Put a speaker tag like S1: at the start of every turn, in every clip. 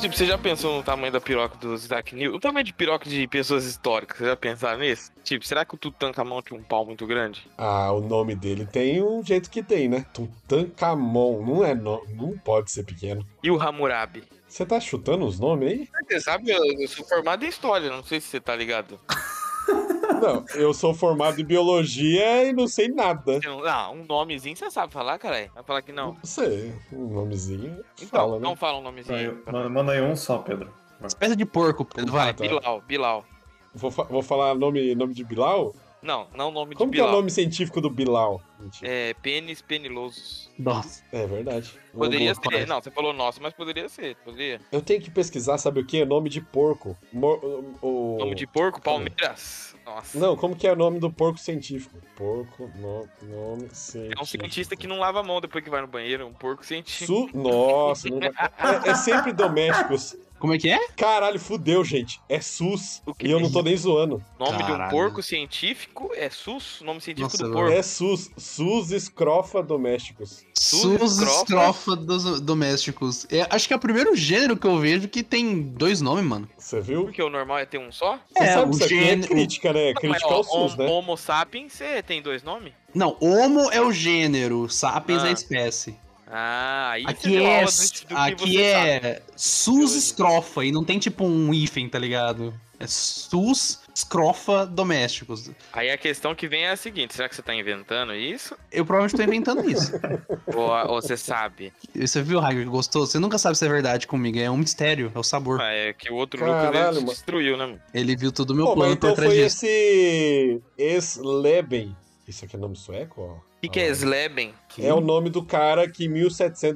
S1: Tipo, você já pensou no tamanho da piroca do Isaac New? O tamanho de piroca de pessoas históricas, você já pensaram nisso? Tipo, será que o Tutankamon tinha um pau muito grande?
S2: Ah, o nome dele tem um jeito que tem, né? Tutankamon. Não é no... não pode ser pequeno.
S1: E o Hammurabi?
S2: Você tá chutando os nomes aí?
S1: Ah, Você sabe, eu, eu sou formado em história, não sei se você tá ligado.
S2: Não, eu sou formado em biologia e não sei nada.
S1: Você não- Ah, um nomezinho você sabe falar, caralho. Vai falar que não.
S2: Não sei, o nomezinho
S1: Então,
S2: fala,
S1: não
S2: né?
S1: fala um
S3: Vai,
S1: nomezinho.
S3: manda, manda aí um só, Pedro.
S4: Espécie de porco, Pedro, vai.
S2: tá.
S1: É Bilal, Bilal.
S2: Vou, fa- vou falar nome, nome de Bilal?
S1: Não, não o nome
S2: Como
S1: de
S2: que é o
S1: Bilal.
S2: nome científico do Bilal? Mentira.
S1: É, pênis penilosos.
S4: Nossa.
S2: É, verdade.
S1: Poderia
S4: Vamos lá,
S1: ser.
S4: vai.
S1: Não, você falou nosso, mas poderia ser. Poderia.
S2: Eu tenho que pesquisar, sabe o que? Nome de porco. Mor- o- o-
S1: Nome de porco, Palmeiras. Nossa.
S2: Não, como que é o nome do porco científico? Porco, no- nome científico.
S1: É um cientista que não lava a mão depois que vai no banheiro. Um porco científico.
S2: Su... Nossa, não vai... é, é sempre domésticos.
S4: Como é que é?
S2: Caralho, fudeu, gente. É SUS.
S1: O que
S2: E eu não
S1: é
S2: tô nem zoando.
S1: Nome de um
S4: Caralho.
S1: porco científico é SUS? Nome científico
S4: Nossa,
S1: do
S4: não.
S1: porco.
S2: É SUS. SUS escrofa domésticos.
S4: Sus
S1: estrofa.
S4: estrofa dos domésticos. É, acho que é o primeiro gênero que eu vejo que tem dois nomes, mano.
S2: Você viu?
S1: Porque o normal é ter um só?
S2: Você
S4: É,
S2: sabe
S4: o
S2: que isso aqui é
S4: gênero-
S2: crítica, né? É
S1: Mas, um
S2: crítica
S1: ó,
S2: ao SUS,
S1: hom-
S2: né?
S1: Homo sapiens, você tem dois nomes?
S4: Não, homo é o gênero, sapiens é
S1: Ah.
S4: a espécie.
S1: Ah, aí você
S4: Aqui
S1: deu
S4: é,
S1: aula do, do que
S4: aqui
S1: você sabe.
S4: é sus estrofa e não tem tipo um hífen, tá ligado? É sus estrofa domésticos.
S1: Aí a questão que vem é a seguinte: será que você tá inventando isso?
S4: Eu provavelmente tô inventando isso.
S1: ou, ou você sabe?
S4: Você viu, Raio, que gostou? Você nunca sabe se é verdade comigo, é um mistério, é o sabor.
S1: Ah, É que o outro
S2: Caralho,
S1: Lucas ele
S2: mano.
S1: destruiu, né? mano?
S4: Ele viu todo o meu
S2: Pô, mas
S4: plano
S2: então
S4: por trás
S2: foi
S4: disso.
S2: esse. Esleben. Isso aqui é nome sueco, ó.
S1: O que, que é Sleben?
S2: É o nome do cara que em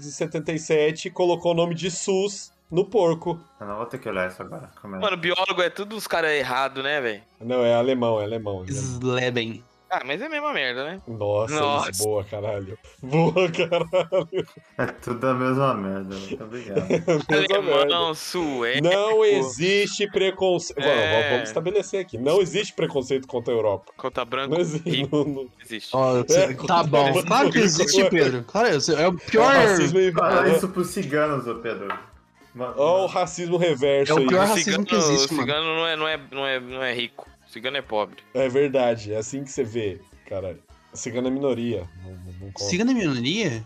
S2: 1777 colocou o nome de SUS no porco.
S3: Eu não vou ter que olhar isso agora. Como é?
S1: Mano, biólogo é tudo os caras errados, né, velho?
S2: Não, é alemão, é alemão. é alemão.
S4: Sleben.
S1: Ah, mas é a mesma merda, né?
S2: Nossa,
S1: Nossa.
S2: isso, boa, caralho. Boa, caralho.
S3: É tudo a mesma merda. Muito obrigado.
S2: É Mesma merda.
S1: Alemão, sueco.
S2: Não existe preconceito.
S1: É.
S2: Vamos estabelecer aqui. Não existe preconceito contra a Europa.
S1: Conta tá branco,
S2: Não existe.
S1: rico,
S2: Não, não.
S1: existe.
S4: Ó, você- tá bom.
S2: Mano,
S4: Claro que existe,
S2: mano.
S4: Pedro. Claro, você- é o
S2: É o
S4: pior. Ah,
S2: racismo,
S3: Fala
S2: é,
S3: isso pros ciganos, ô Pedro. Ma-
S2: ó, o racismo reverso
S4: É o
S2: aí.
S4: pior-
S1: O
S4: racismo
S1: cigano,
S4: que existe,
S1: o
S4: mano.
S1: cigano não, é, não, é, não, é, não é rico. O cigano é pobre.
S2: É verdade. É assim que você vê, caralho. Cigano é minoria. Não, não, não conta.
S4: Cigano é minoria?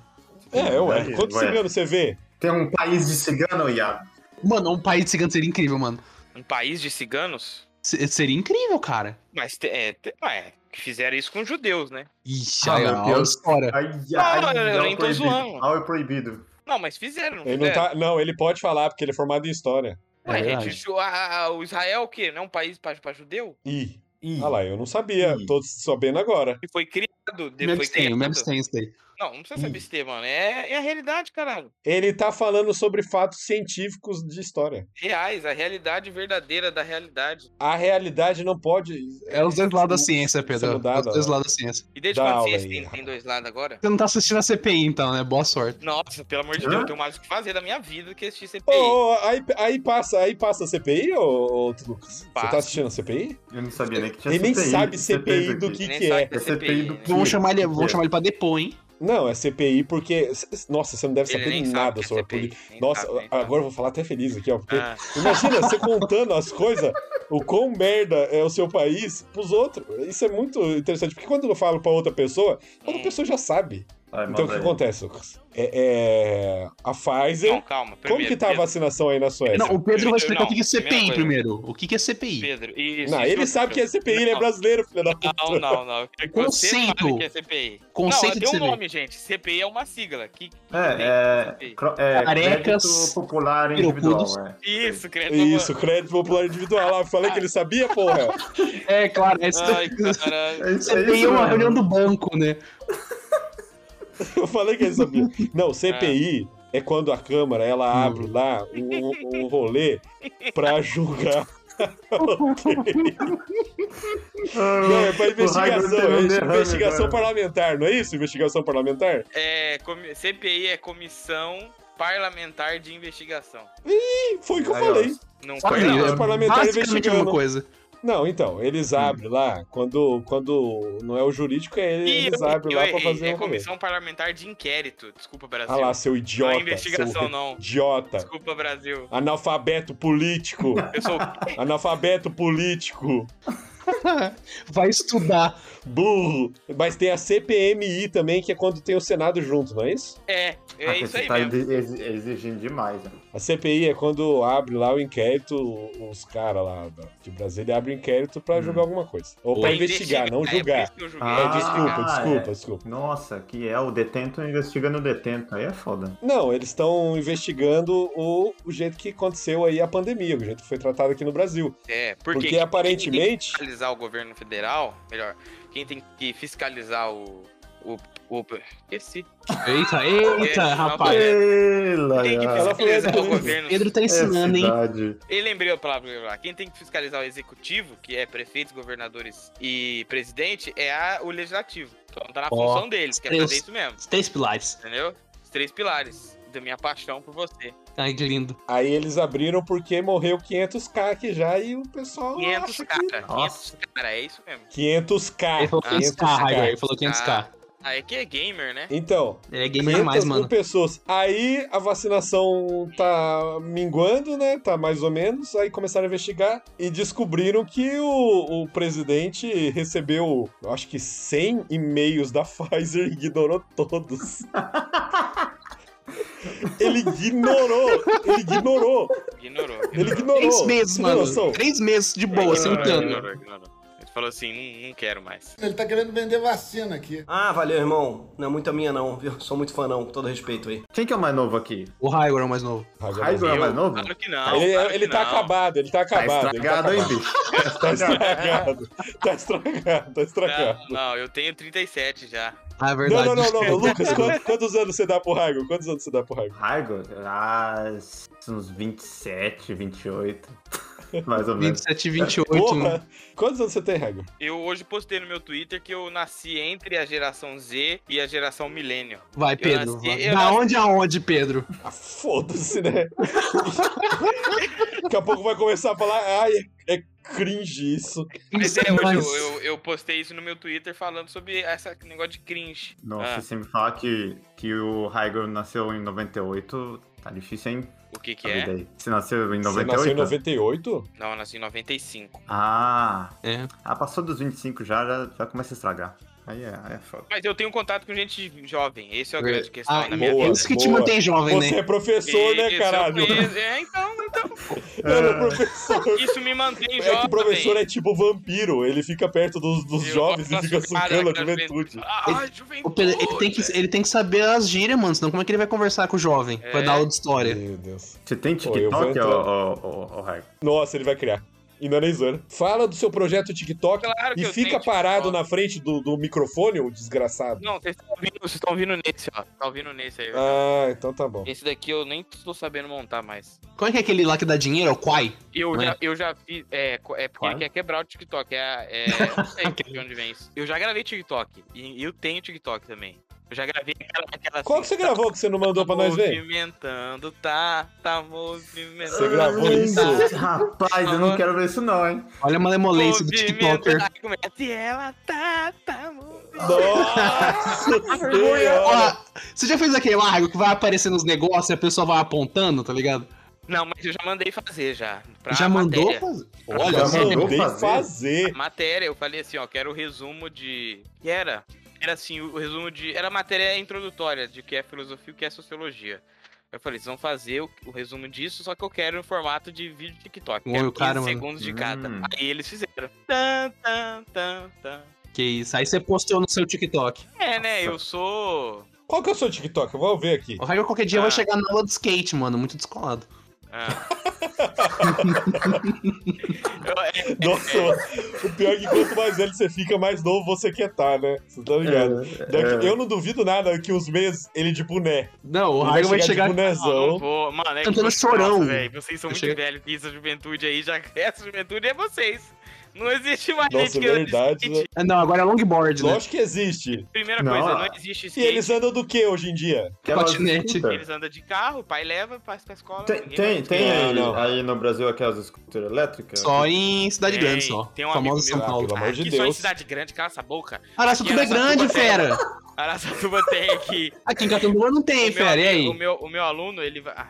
S2: É, ué.
S3: Verdade,
S2: Quantos
S3: ué.
S2: ciganos você vê?
S3: Tem um país de cigano, Iago?
S4: Mano, um país de cigano seria incrível, mano.
S1: Um país de ciganos?
S4: Se- Seria incrível, cara.
S1: Mas te- é, te- é, que fizeram isso com os judeus, né?
S4: Ixi,
S3: Ah,
S4: aí,
S3: meu
S4: ó,
S3: Deus.
S4: história.
S3: Ai,
S1: não, eu nem tô
S3: proibido.
S1: zoando.
S3: Ao é proibido.
S1: Não, mas fizeram, não
S2: Ele não,
S1: fizeram?
S2: tá... não, ele pode falar, porque ele é formado em história.
S1: Ué,
S4: É
S1: gente,
S4: verdade.
S1: ju- ah, o Israel o quê? Não é um país pra, pra judeu?
S2: Ih,
S3: Ih,
S2: ah lá, eu não sabia.
S3: Ih.
S2: Tô sabendo agora.
S1: Que foi criado, de,
S4: Me
S1: foi
S4: abstenho,
S1: criado.
S4: me abstenho isso daí.
S1: Não, não precisa se abster, mano. É, é a realidade, caralho.
S2: Ele tá falando sobre fatos científicos de história.
S1: Reais, a realidade verdadeira da realidade.
S2: A realidade não pode.
S4: É os dois lados da
S2: Isso
S4: ciência,
S2: é
S4: Pedro.
S2: mudado,
S4: os dois
S2: ó.
S4: lados da ciência.
S1: E desde
S2: Dá
S1: quando
S2: aula
S1: vocês
S2: aí,
S1: têm,
S2: rapaz.
S1: têm dois lados agora?
S4: Você não tá assistindo a CPI, então, né? Boa sorte.
S1: Nossa, pelo amor de
S3: Hã?
S1: Deus, eu tenho mais o que fazer da minha vida do que assistir
S2: Ô,
S1: CPI.
S2: ô, aí, aí passa, aí passa a CPI, ô, ô Lucas? Você
S1: Passa.
S2: tá assistindo a CPI?
S3: eu não sabia nem que é tinha
S2: Ele nem
S3: CPI.
S2: sabe CPI do
S3: aqui.
S2: que
S1: Nem
S2: que
S1: sabe
S2: é?
S1: que é
S3: É CPI
S1: CPI,
S3: do
S1: né?
S3: quê?
S4: Vamos chamar ele,
S3: Sim.
S4: vamos chamar ele pra depor, hein?
S2: Não, é CPI porque. Nossa, você não deve saber nada
S1: é
S2: sobre política.
S1: nem
S2: Nossa,
S1: sabe, Ah. nem
S2: agora eu vou falar até feliz aqui, ó. Porque
S1: sabe.
S2: imagina você contando as coisas, o quão merda é o seu país pros outros. Isso é muito interessante, porque quando eu falo pra outra pessoa, a outra
S1: Hum.
S2: pessoa já sabe.
S3: Ai,
S2: Então o que
S3: manda aí.
S2: acontece, Lucas? É, é, a
S1: Ah,
S2: Pfizer.
S1: não, calma. Primeiro,
S2: como que tá a
S1: Pedro,
S2: vacinação aí na Suécia?
S4: Não, o Pedro
S1: eu-
S4: vai explicar
S1: não,
S4: o que é CPI
S1: primeira coisa.
S4: primeiro. O que que é CPI?
S1: Pedro, isso,
S2: assim? Não,
S1: isso
S2: ele
S1: eu-
S2: sabe que é CPI, ele é
S1: Não.
S2: brasileiro, filho da puta.
S1: Não, não, não. Eu quero que você
S4: Conceito.
S1: fale que é CPI.
S4: Conceito
S1: não,
S4: de
S1: tem um
S4: CPI.
S1: nome, gente. CPI é uma sigla. Que...
S3: É, é,
S1: CPI.
S3: cro- é
S4: Carecas,
S3: crédito popular individual,
S4: pirocudos.
S3: é.
S1: Isso, credo.
S2: Isso, crédito popular individual lá. Falei que ele sabia, porra.
S4: É, claro. É,
S1: Ai, caralho.
S3: É isso, é
S4: CPI é
S3: isso
S4: uma
S3: mesmo.
S4: reunião do banco, né?
S2: Eu falei que ele sabia. Não, CPI é quando a Câmara ela abre lá um, um- um rolê pra julgar Não, é pra
S3: Ah, Raimundo
S2: investigação.
S3: teve um
S2: É
S3: derrame
S2: investigação
S3: agora.
S2: parlamentar, não é isso? Investigação parlamentar?
S1: É, comi- CPI é Comissão Parlamentar de Investigação.
S2: Ih, Foi o que eu
S3: Aí, ó,
S2: falei.
S1: Não
S4: Sabe,
S1: foi não.
S2: Os
S4: é
S2: parlamentares
S4: basicamente a mesma
S2: tá investigando.
S4: coisa.
S2: Não, então, eles abrem lá. Quando, quando não é o jurídico, é
S1: Ih,
S2: eles
S1: eu-
S2: abrem
S1: eu
S2: lá pra
S1: errei.
S2: fazer um
S1: É
S2: uma coisa.
S1: Comissão Parlamentar de Inquérito. Desculpa, Brasil.
S2: Ah lá, seu
S1: não é
S2: idiota.
S1: investigação,
S2: seu
S1: não.
S2: Idiota.
S1: Desculpa, Brasil.
S2: Analfabeto político.
S1: Eu sou
S2: Analfabeto político.
S4: Vai estudar.
S2: Burro. Mas tem a CPMI também, que é quando tem o Senado junto, não é isso?
S1: É, é
S3: Ah,
S1: isso
S3: você
S1: aí
S3: tá
S1: mesmo.
S3: exi- exigindo demais, né?
S2: A CPI é quando abre lá o inquérito, os caras lá da- de Brasília abrem inquérito pra
S3: Hum.
S2: julgar alguma coisa. Ou
S1: Pra
S2: pra investigar, não
S1: É, por
S2: julgar.
S1: isso que eu julguei.
S3: Ah,
S2: É,
S1: É,
S2: desculpa,
S3: é.
S2: desculpa, desculpa.
S3: Nossa, que é o detento investigando o detento. Aí é foda.
S2: Não, eles estão investigando o, o jeito que aconteceu aí a pandemia, o jeito que foi tratado aqui no Brasil.
S1: É, porque,
S2: Porque,
S1: quem- Quem tem
S2: aparentemente.
S1: que fiscalizar o governo federal, melhor, quem tem que fiscalizar o. o, o esqueci.
S4: Eita, eita,
S1: É,
S4: rapaz.
S3: Ela
S1: Quem tem que
S2: ela foi
S1: fiscalizar o
S2: educada.
S1: governo.
S4: Pedro tá ensinando,
S2: É,
S4: hein?
S1: Eu lembrei a palavra que eu ia falar. Quem tem que fiscalizar o executivo, que é prefeitos, governadores e presidente, é a- o legislativo. Então tá na
S4: Ó,
S1: função deles, que é
S4: três.
S1: fazer isso mesmo,
S4: Stacy Lives.
S1: entendeu? Os três pilares da minha paixão por você.
S4: Ai, que Tá lindo.
S2: Aí eles abriram porque morreu 500k aqui já e o pessoal.
S1: 500
S2: acha que-
S1: cara, 500
S3: Nossa.
S1: cara, é isso mesmo.
S2: 500k.
S4: Ele falou
S3: Ah,
S4: 500k, Raigar.
S3: é.
S2: 500k.
S4: Ele falou 500k.
S1: Ah, é que é gamer, né?
S2: Então,
S4: Ele é
S2: 500
S4: gamer mais,
S2: mil
S4: mano.
S2: pessoas. Aí a vacinação tá minguando, né? Tá mais ou menos. Aí começaram a investigar e descobriram que o, o presidente recebeu, eu acho que 100 e-mails da Pfizer e ignorou todos. ele ignorou! Ele ignorou!
S1: Ignorou.
S2: Ele
S1: ignorou.
S2: ignorou!
S4: Três meses,
S2: Você tem
S4: mano.
S2: noção?
S4: Três meses de boa,
S3: Ai,
S4: sentando.
S1: Ignorou, ignorou. Ele falou assim, não, não quero mais.
S5: Ele tá querendo vender vacina aqui.
S6: Ah, valeu, irmão. Não é muito a minha, não, viu? Sou muito fã, não, com todo respeito aí.
S3: Quem que é o mais novo aqui?
S4: O Raigar é o mais novo.
S3: Raigo é o mais novo?
S1: Claro que não.
S2: ele
S1: claro que
S2: ele tá
S1: não.
S2: acabado, ele tá
S3: Tá
S2: acabado. ele
S3: estragado, hein,
S2: acabado.
S3: bicho?
S2: Tá estragado, tá estragado, tá estragado.
S1: Não, não, eu tenho 37 já.
S4: Ah, é
S2: Não,
S4: verdade.
S2: não, não, não, não, Lucas, quantos, quantos anos você dá pro Raigo? Quantos anos você dá pro Raigo?
S3: Raigo? Ah, uns 27, 28. Mais ou menos.
S4: 27 e 28. né?
S2: Porra! Quantos anos você tem, Raigo?
S1: Eu hoje postei no meu Twitter que eu nasci entre a geração Z e a geração milênio.
S4: Vai, Pedro.
S1: nasci-
S4: vai.
S1: eu
S4: da
S1: nasci-
S4: onde aonde, Pedro?
S2: Ah, foda-se, né? Daqui a pouco vai começar a falar, ai, é, é cringe isso.
S1: Mas é,
S4: Isso
S1: hoje
S4: nós.
S1: eu, eu, eu postei isso no meu Twitter falando sobre esse negócio de cringe.
S3: Nossa,
S1: Ah.
S3: se você me falar que, que o Raigo nasceu em 98, tá difícil, hein?
S1: O que
S2: Ah,
S1: que
S3: Saber
S1: é?
S3: daí. Você nasceu em
S2: Você
S3: 98?
S2: nasceu em 98?
S1: Não, eu nasci em 95.
S3: Ah,
S4: É.
S3: ah, passou dos 25 já, já, já começa a estragar. Aí é, aí é foda.
S1: Mas eu tenho contato com gente jovem. Esse é a
S4: Ver-
S1: grande questão
S4: Ah,
S1: na minha
S2: boa.
S1: vida.
S4: isso que te mantém jovem,
S2: Você
S4: né?
S2: é professor,
S1: Isso,
S2: né,
S1: eu
S2: caralho?
S1: conheço- É, então, então.
S2: Eu era professor.
S1: Isso me mantém jovem.
S2: É que o professor é tipo vampiro, ele fica perto dos, dos
S1: Eu
S2: jovens e
S1: gosto
S2: fica
S1: dessa cara
S2: sucando a
S1: da
S2: juventude.
S1: Ah,
S4: O
S1: juventude.
S4: Pedro, ele, tem que, ele tem que saber as gírias, mano. Senão como é que ele vai conversar com o jovem?
S1: É.
S4: Vai dar aula de história.
S2: Meu Deus.
S3: Você tem
S2: Pô, eu vou
S3: TikTok,
S2: entrar.
S3: ô ô- ô- ô Raigo?
S2: Nossa, ele vai criar. E não é nem zoando. Fala do seu projeto TikTok
S1: Claro que
S2: e
S1: eu
S2: fica
S1: tenho,
S2: parado
S1: tipo,
S2: na frente do, do microfone, o desgraçado.
S1: Não, vocês estão ouvindo, vocês estão ouvindo nesse, ó. Tá ouvindo nesse aí.
S2: Ah, então tá bom.
S1: Esse daqui eu nem tô sabendo montar mais.
S4: Como é que é aquele lá que dá dinheiro? É o Quai?
S1: Eu,
S4: Não é?
S1: já, eu já fiz. É, co- é porque
S3: Claro.
S1: ele quer quebrar o TikTok. É, a- é, não sei de onde vem isso. Eu já gravei TikTok. E eu tenho TikTok também. Eu já gravei aquela. aquela
S2: Qual que você gravou que você não mandou
S1: tá
S2: pra nós ver?
S1: movimentando, tá? Tá movimentando. Tá
S2: Você gravou isso?
S3: Rapaz, eu
S1: Uhum.
S3: não quero ver isso não, hein?
S4: Olha a malemolência do TikToker.
S1: Aí começa, E é ela tá, tá movimentando.
S2: Nossa senhora!
S4: Ó, você já fez aquele largo que vai aparecer nos negócios e a pessoa vai apontando, tá ligado?
S1: Não, mas eu já mandei fazer já. pra
S4: já mandou?
S1: matéria.
S4: fazer?
S2: Olha,
S4: assim,
S3: Já mandou
S2: mandei
S3: fazer?
S2: fazer.
S1: matéria, eu falei assim, ó, quero o resumo de. Que era? Era assim, o resumo de. Era matéria introdutória de que é filosofia e o que é sociologia. Eu falei, vocês vão fazer o, o resumo disso, só que eu quero em formato de vídeo TikTok.
S4: Oi,
S1: Quero
S4: o cara,
S1: 15
S4: mano.
S1: segundos de cada.
S3: Hum.
S1: Aí eles fizeram. Tan, tan, tan, tan.
S4: Que isso. Aí você postou no seu TikTok.
S1: É, né? Eu sou.
S2: Qual que é o seu TikTok? Eu vou ver aqui.
S4: O Raigo qualquer dia
S1: Ah.
S4: vai chegar na aula de skate, mano. Muito descolado.
S1: Ah. Eu- é,
S2: Nossa, o pior é que quanto mais velho você fica, mais novo você quer tá, né? Você tá ligado?
S3: É,
S2: Daqui- Eu não duvido nada que uns meses ele de boné.
S4: Não, o
S2: Ele
S4: Raigo vai chegar.
S2: de
S1: ah, não
S2: bonézão.
S1: vou. Mano, é que
S4: Então, Cantando
S1: vocês-
S4: Chorão.
S1: nossa, velho, vocês são
S4: Eu
S1: muito
S4: cheguei-
S1: velhos que essa juventude aí já essa juventude é vocês. Não existe mais
S2: Nossa,
S1: gente
S2: é
S1: que anda de
S2: verdade.
S1: skate.
S2: Né?
S4: Ah, Não, agora é longboard, né?
S2: Lógico que existe.
S1: Primeira
S3: Não,
S1: coisa,
S3: ah.
S1: não existe
S2: E
S1: skate.
S2: eles andam do que hoje em dia?
S3: Aquelas
S4: Patinete.
S3: scooter.
S1: Eles andam de carro, o pai leva, faz pra escola.
S3: Tem,
S1: ninguém vai-
S3: tem, tem
S2: Não,
S3: aí,
S2: não.
S3: aí no Brasil aquelas scooter elétricas?
S4: Só em Cidade
S1: Tem,
S4: Grande, só.
S1: tem um amigo
S4: Famosa São
S1: meu.
S4: Paulo.
S2: Pelo amor de
S1: aqui só em
S2: Deus.
S1: cidade grande, cala essa boca.
S4: Araçatuba é
S1: Araçatuba
S4: grande,
S1: tem.
S4: fera.
S1: Araçatuba tem aqui.
S4: Aqui em Catanduva não tem,
S1: o, meu,
S4: fera. E
S1: amigo- o,
S4: aí?
S1: meu, o meu aluno, ele vai. ah,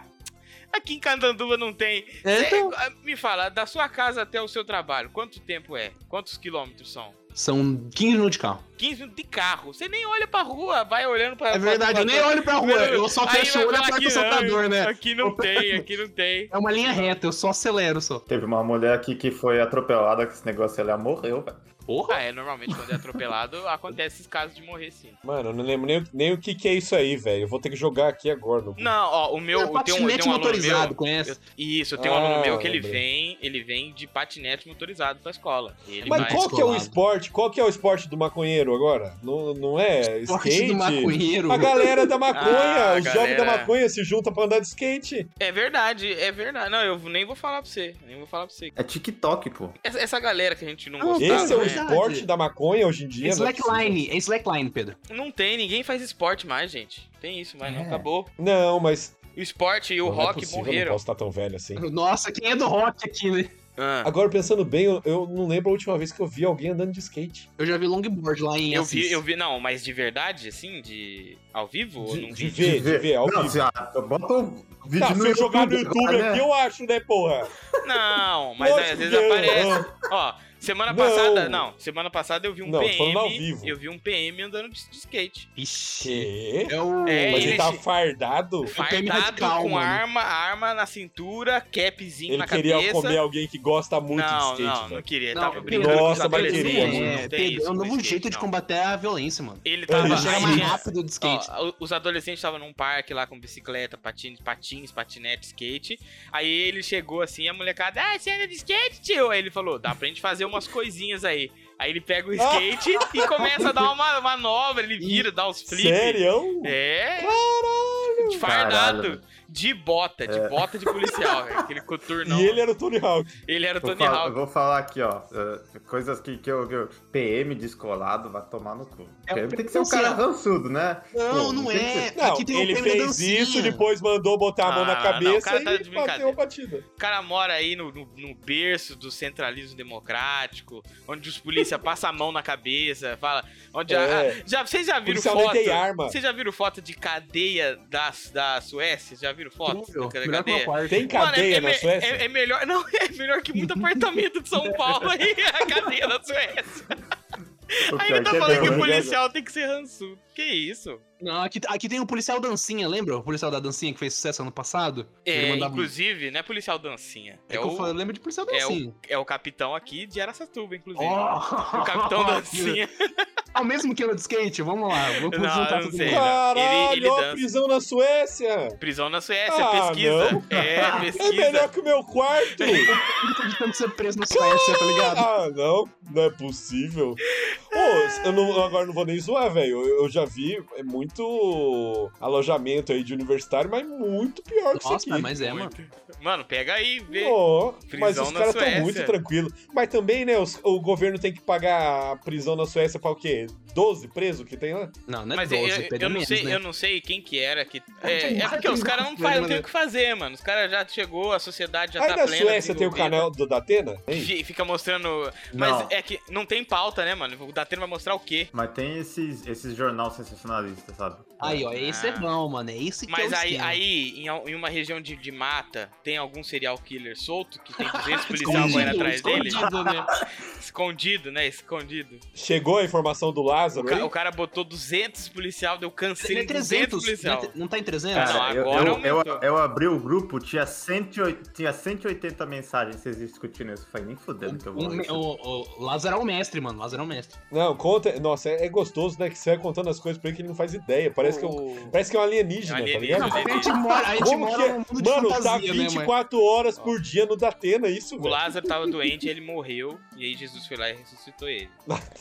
S1: Aqui em Candanduba não tem.
S4: É, então.
S1: É, me fala, da sua casa até o seu trabalho, quanto tempo é? Quantos quilômetros são?
S4: São 15 minutos de carro.
S1: 15 minutos de carro. Você nem olha pra rua, vai olhando pra.
S4: É verdade, eu nem olho pra rua, eu só fecho o olho e
S1: pra
S4: aperto o saltador, né?
S1: Aqui não tem, aqui não tem.
S4: É uma linha reta, eu só acelero só.
S3: Teve uma mulher aqui que foi atropelada com esse negócio, ela morreu, velho.
S4: Porra!
S1: Ah, é, normalmente quando é atropelado, acontece esses casos de morrer sim.
S2: Mano, eu não lembro nem, nem o que, que é isso aí, velho. Eu vou ter que jogar aqui agora. No...
S1: Não, ó, o meu.
S4: É
S1: tem um, tem
S4: patinete
S1: um aluno
S4: motorizado,
S1: meu.
S4: conhece?
S1: eu- isso, tem um
S2: Ah,
S1: aluno meu que ele
S2: lembrei.
S1: vem, ele vem de patinete motorizado pra escola. Ele tá
S2: Mas
S1: vai-
S2: qual que é o
S4: escolado.
S2: esporte? Qual que é o esporte do maconheiro agora? Não, não é
S4: Esporte
S2: skate?
S4: do maconheiro. É
S2: A galera da maconha,
S1: Ah,
S2: os jovens da
S1: galera.
S2: maconha se juntam pra andar de skate.
S1: É verdade, é verdade. Não, eu nem vou falar pra você. Nem vou falar pra você.
S3: É TikTok, pô.
S1: Essa, essa galera que a gente não
S4: Não,
S1: gostava,
S2: Esse é o
S1: né?
S4: verdade.
S2: esporte da maconha hoje em dia?
S4: É
S2: Não é possível.
S4: slackline, é slackline, Pedro.
S1: Não tem, ninguém faz esporte mais, gente. Tem isso, mas não
S3: É.
S1: acabou.
S2: Não, mas
S1: O esporte e o
S2: não é
S1: rock
S2: possível, eu não
S1: morreram.
S2: posso estar tão velho assim.
S4: Nossa, quem é do rock aqui, né?
S1: Ah,
S2: Agora, pensando bem, eu, eu não lembro a última vez que eu vi alguém andando de skate.
S4: Eu já vi longboard lá em
S1: eu
S4: Assis.
S1: vi, eu vi, não, mas de verdade, assim, de. ao vivo? ou não
S2: De
S1: vi?
S2: ver, de ver, É ao
S3: Não,
S2: vivo.
S3: se- ah, bota um vídeo
S2: Tá,
S3: no
S2: se eu jogar no YouTube
S3: né?
S2: aqui, eu acho, né, porra?
S1: Não, mas
S2: Lógico
S1: às vezes
S2: que eu-
S1: aparece. Ó, semana
S2: Não.
S1: passada. Não, semana passada eu vi um
S2: Não, tô
S1: PM.
S2: falando ao vivo.
S1: Eu vi um PM andando de, de skate.
S4: Ixi.
S2: Quê?
S4: É o...
S1: É,
S2: Mas ele
S1: ele-
S2: tá fardado?
S4: PM
S1: Fardado
S4: radical,
S1: com
S4: mano.
S1: arma, arma na cintura, capzinho
S2: Ele
S1: na
S2: queria
S1: cabeça.
S2: comer alguém que gosta muito
S1: não,
S2: de
S1: não,
S2: skate,
S1: não
S2: velho.
S1: queria.
S4: Não,
S1: tava
S4: Pedro,
S1: brincando com
S2: Nossa,
S1: os
S2: mas queria,
S1: adolescentes.
S2: mano.
S4: É,
S1: não tem
S4: Pedro,
S1: isso
S4: é um
S1: no
S4: novo
S1: skate,
S4: jeito de
S1: não.
S4: combater a violência, mano.
S1: Ele
S2: É
S1: tava.
S2: isso.
S4: Chega
S1: ele
S4: mais
S1: tinha-
S4: rápido do skate.
S1: Ó, o- os adolescentes estavam num parque lá com bicicleta, patins, patins, patinete, skate. Aí ele chegou assim, a molecada, ah, você anda de skate, tio? Aí ele falou, dá pra gente fazer umas coisinhas aí. Aí ele pega o skate e começa a dar uma manobra, ele vira, dá os flips.
S2: Sério?
S1: É.
S3: Caralho.
S1: Fardado. De bota, de bota de policial, velho, aquele coturnão.
S2: É. E ele é era o Tony Hawk.
S1: Ele era o
S3: Vou
S1: Tony
S3: falar,
S1: Hawk.
S3: vou falar aqui, ó. eh, coisas que, que, eu, que eu- PM descolado vai tomar no cu.
S4: É,
S3: PM tem que ser um
S4: assim,
S3: cara
S4: ó.
S3: rançudo, né?
S4: Não,
S3: Pô,
S4: não
S3: tem que
S4: é.
S3: ser-
S2: Não,
S4: Aqui tem o
S2: ele
S4: prêmio da
S2: fez
S4: dancinha.
S2: isso, depois mandou botar a mão
S1: Ah,
S2: na
S1: não,
S2: cabeça
S1: o cara tá de
S2: e bateu
S1: brincadeira.
S2: a batida.
S1: O cara mora aí no, no- no berço do centralismo democrático, onde os polícia passam a mão na cabeça, fala. Onde a-
S2: É.
S1: já, vocês já viram
S2: Policial nem
S1: foto?
S2: tem arma.
S1: Vocês já viram foto de cadeia da, da Suécia? Já viram foto
S4: Incrível.
S1: da ca-
S4: Melhor que uma
S1: cadeia?
S4: quarta.
S2: Tem
S1: Mano,
S2: cadeia
S1: me-
S2: na Suécia?
S1: é- é melhor. Não, é melhor que muito apartamento de São Paulo aí, a cadeia da Suécia.
S3: o
S1: Aí
S3: pior
S1: ele tá
S3: que é
S1: falando que
S3: mesmo,
S1: o
S3: né?
S1: policial tem que ser rançudo. Que isso?
S4: Não, aqui, aqui tem o policial dancinha, lembra? O policial da dancinha que fez sucesso ano passado?
S1: É,
S4: Ele mandava- um
S1: inclusive, não é policial dancinha.
S4: É,
S1: É,
S4: que eu falo,
S1: o,
S4: eu lembro de policial
S1: é o-
S4: dancinha.
S1: é o capitão aqui de Araçatuba, inclusive.
S4: Oh!
S1: O capitão dancinha.
S4: É o mesmo que anda de skate? Vamos lá, vou
S1: Não,
S4: juntar
S1: eu não
S4: tudo
S1: sei.
S4: mundo.
S2: Caralho,
S1: Ele- ele
S2: ó,
S1: dança.
S2: prisão na Suécia!
S1: Prisão na Suécia,
S2: Ah,
S1: pesquisa.
S2: não.
S1: É,
S2: É melhor
S1: pesquisa.
S2: que o meu quarto!
S4: Eu tô tentando ser preso na Suécia, tá ligado?
S2: ah, não, não é possível. Pô, eu não- agora não vou nem zoar, velho. Eu, eu já vi é muito alojamento aí de universitário, mas muito pior que isso
S4: Nossa,
S2: aqui.
S4: mas é, mano.
S1: Mano, pega aí, vê.
S2: Ó, mas
S1: Prisão
S2: os
S1: na
S2: caras estão
S1: Suécia.
S2: muito tranquilos. Mas também, né, os- o governo tem que pagar a prisão na Suécia pra o quê? 12 presos que tem lá?
S4: Não, não é
S1: Mas
S4: 12,
S1: eu- eu,
S4: pelo
S1: eu não
S4: menos,
S1: sei,
S4: né?
S1: eu não sei quem que era que.
S4: tem
S1: É, é
S4: nada
S1: porque os
S4: de
S1: caras não,
S4: errado,
S1: faz- não
S4: né,
S1: tem o que fazer, mano. Os caras já chegou, a sociedade já
S2: aí
S1: tá
S2: na
S1: plena.
S2: Suécia tem o
S1: desenvolvida.
S2: canal do Datena? Hein?
S1: Fi- Fica mostrando. Mas
S3: Não,
S1: é que não tem pauta, né, mano? O Datena vai mostrar o quê?
S3: mas tem esses, esses jornal sensacionalista, sabe?
S4: Aí, ó, esse é
S1: Ah.
S4: bom, mano. É esse que
S1: Mas
S4: é o
S1: aí,
S4: esquema.
S1: aí em, al- em uma região de, de mata, tem algum serial killer solto que tem 200 policial
S4: Escondido,
S1: correndo atrás dele?
S4: escondido, né?
S1: Escondido, né? Escondido.
S2: Chegou a informação do
S1: O,
S2: Lázaro?
S1: ca-
S2: aí?
S1: o cara botou 200 policial, deu
S4: Ele
S1: cansei
S4: é
S1: 200 300 policial. ah,
S4: Não, não tá em 300?
S1: Cara,
S3: Cara, eu,
S1: agora
S3: eu, eu,
S1: aumentou.
S3: eu abri o grupo, tinha, 108, tinha 180 mensagens vocês discutindo isso. Foi nem fudendo que eu vou.
S4: Um O,
S3: ler isso.
S4: o- o Lázaro é o mestre, mano. Lázaro é o mestre.
S2: Não, conta. Nossa, é, é gostoso, né? Que você vai contando as coisas pra ele que ele não faz ideia. Parece, que, é um-
S1: O-
S2: parece que é um alienígena,
S1: Alienígena,
S2: tá
S1: Não,
S2: ligado?
S1: mas a gente
S4: mora, a
S2: Como que é? Mano, tá
S4: né,
S2: 24 horas por dia no Datena, é isso,
S1: O
S2: velho.
S1: Lázaro tava doente, ele morreu, e aí Jesus foi lá e ressuscitou ele.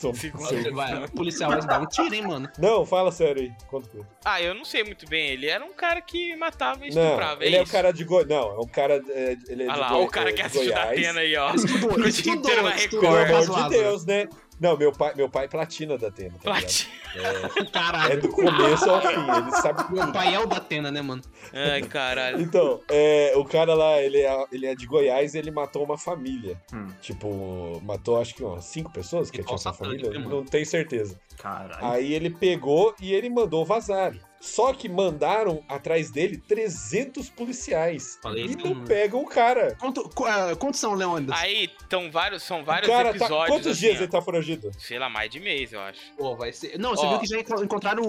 S2: Toma, seu-
S4: Vai, o policial vai dar um tiro, hein, mano.
S2: Não, fala sério aí. Conta pra ele.
S1: Ah, eu não sei muito bem, ele era um cara que matava e estuprava,
S2: Não, ele é o
S1: isso.
S2: cara de Goiás. Não, é o cara. É, ele é
S1: Olha
S2: de
S1: lá,
S2: Goi-
S1: ó o cara
S2: é,
S1: que
S2: de
S1: assistiu da
S2: Goiás.
S1: Atena aí, ó.
S4: Ele estudou, ele
S1: O dia inteiro
S4: estudou,
S1: na Record.
S4: ele estudou.
S2: Pelo
S4: caso
S2: amor de
S4: Lázaro.
S2: Deus, né? Não, meu pai, meu pai platina da Atena. Tá ligado?
S1: Platina.
S4: Caralho.
S2: é do começo ao fim, ele sabe
S4: Meu
S2: tudo.
S4: pai é o da Atena, né, mano?
S1: Ai, caralho.
S2: Então, é, o cara lá, ele é, ele é de Goiás e ele matou uma família.
S3: Hum.
S2: Tipo, matou acho que umas cinco pessoas que
S4: Ritual
S2: tinha essa
S4: satânico,
S2: família,
S4: né, mano?
S2: não tenho certeza.
S3: Caralho.
S2: Aí ele pegou e ele mandou vazar. Só que mandaram atrás dele 300 policiais.
S4: Falei,
S2: e
S4: né,
S2: não
S4: mano?
S2: pegam o cara.
S4: Quanto, qu- ah, quantos são, Leônidas?
S1: Aí, tão vários, são vários
S2: o cara tá-
S1: episódios.
S2: Quantos
S1: assim,
S2: dias
S1: ó.
S2: ele tá foragido?
S1: Sei lá, mais de mês, eu acho.
S4: Pô, vai ser... Não, você
S1: Ó.
S4: viu que já enco- encontraram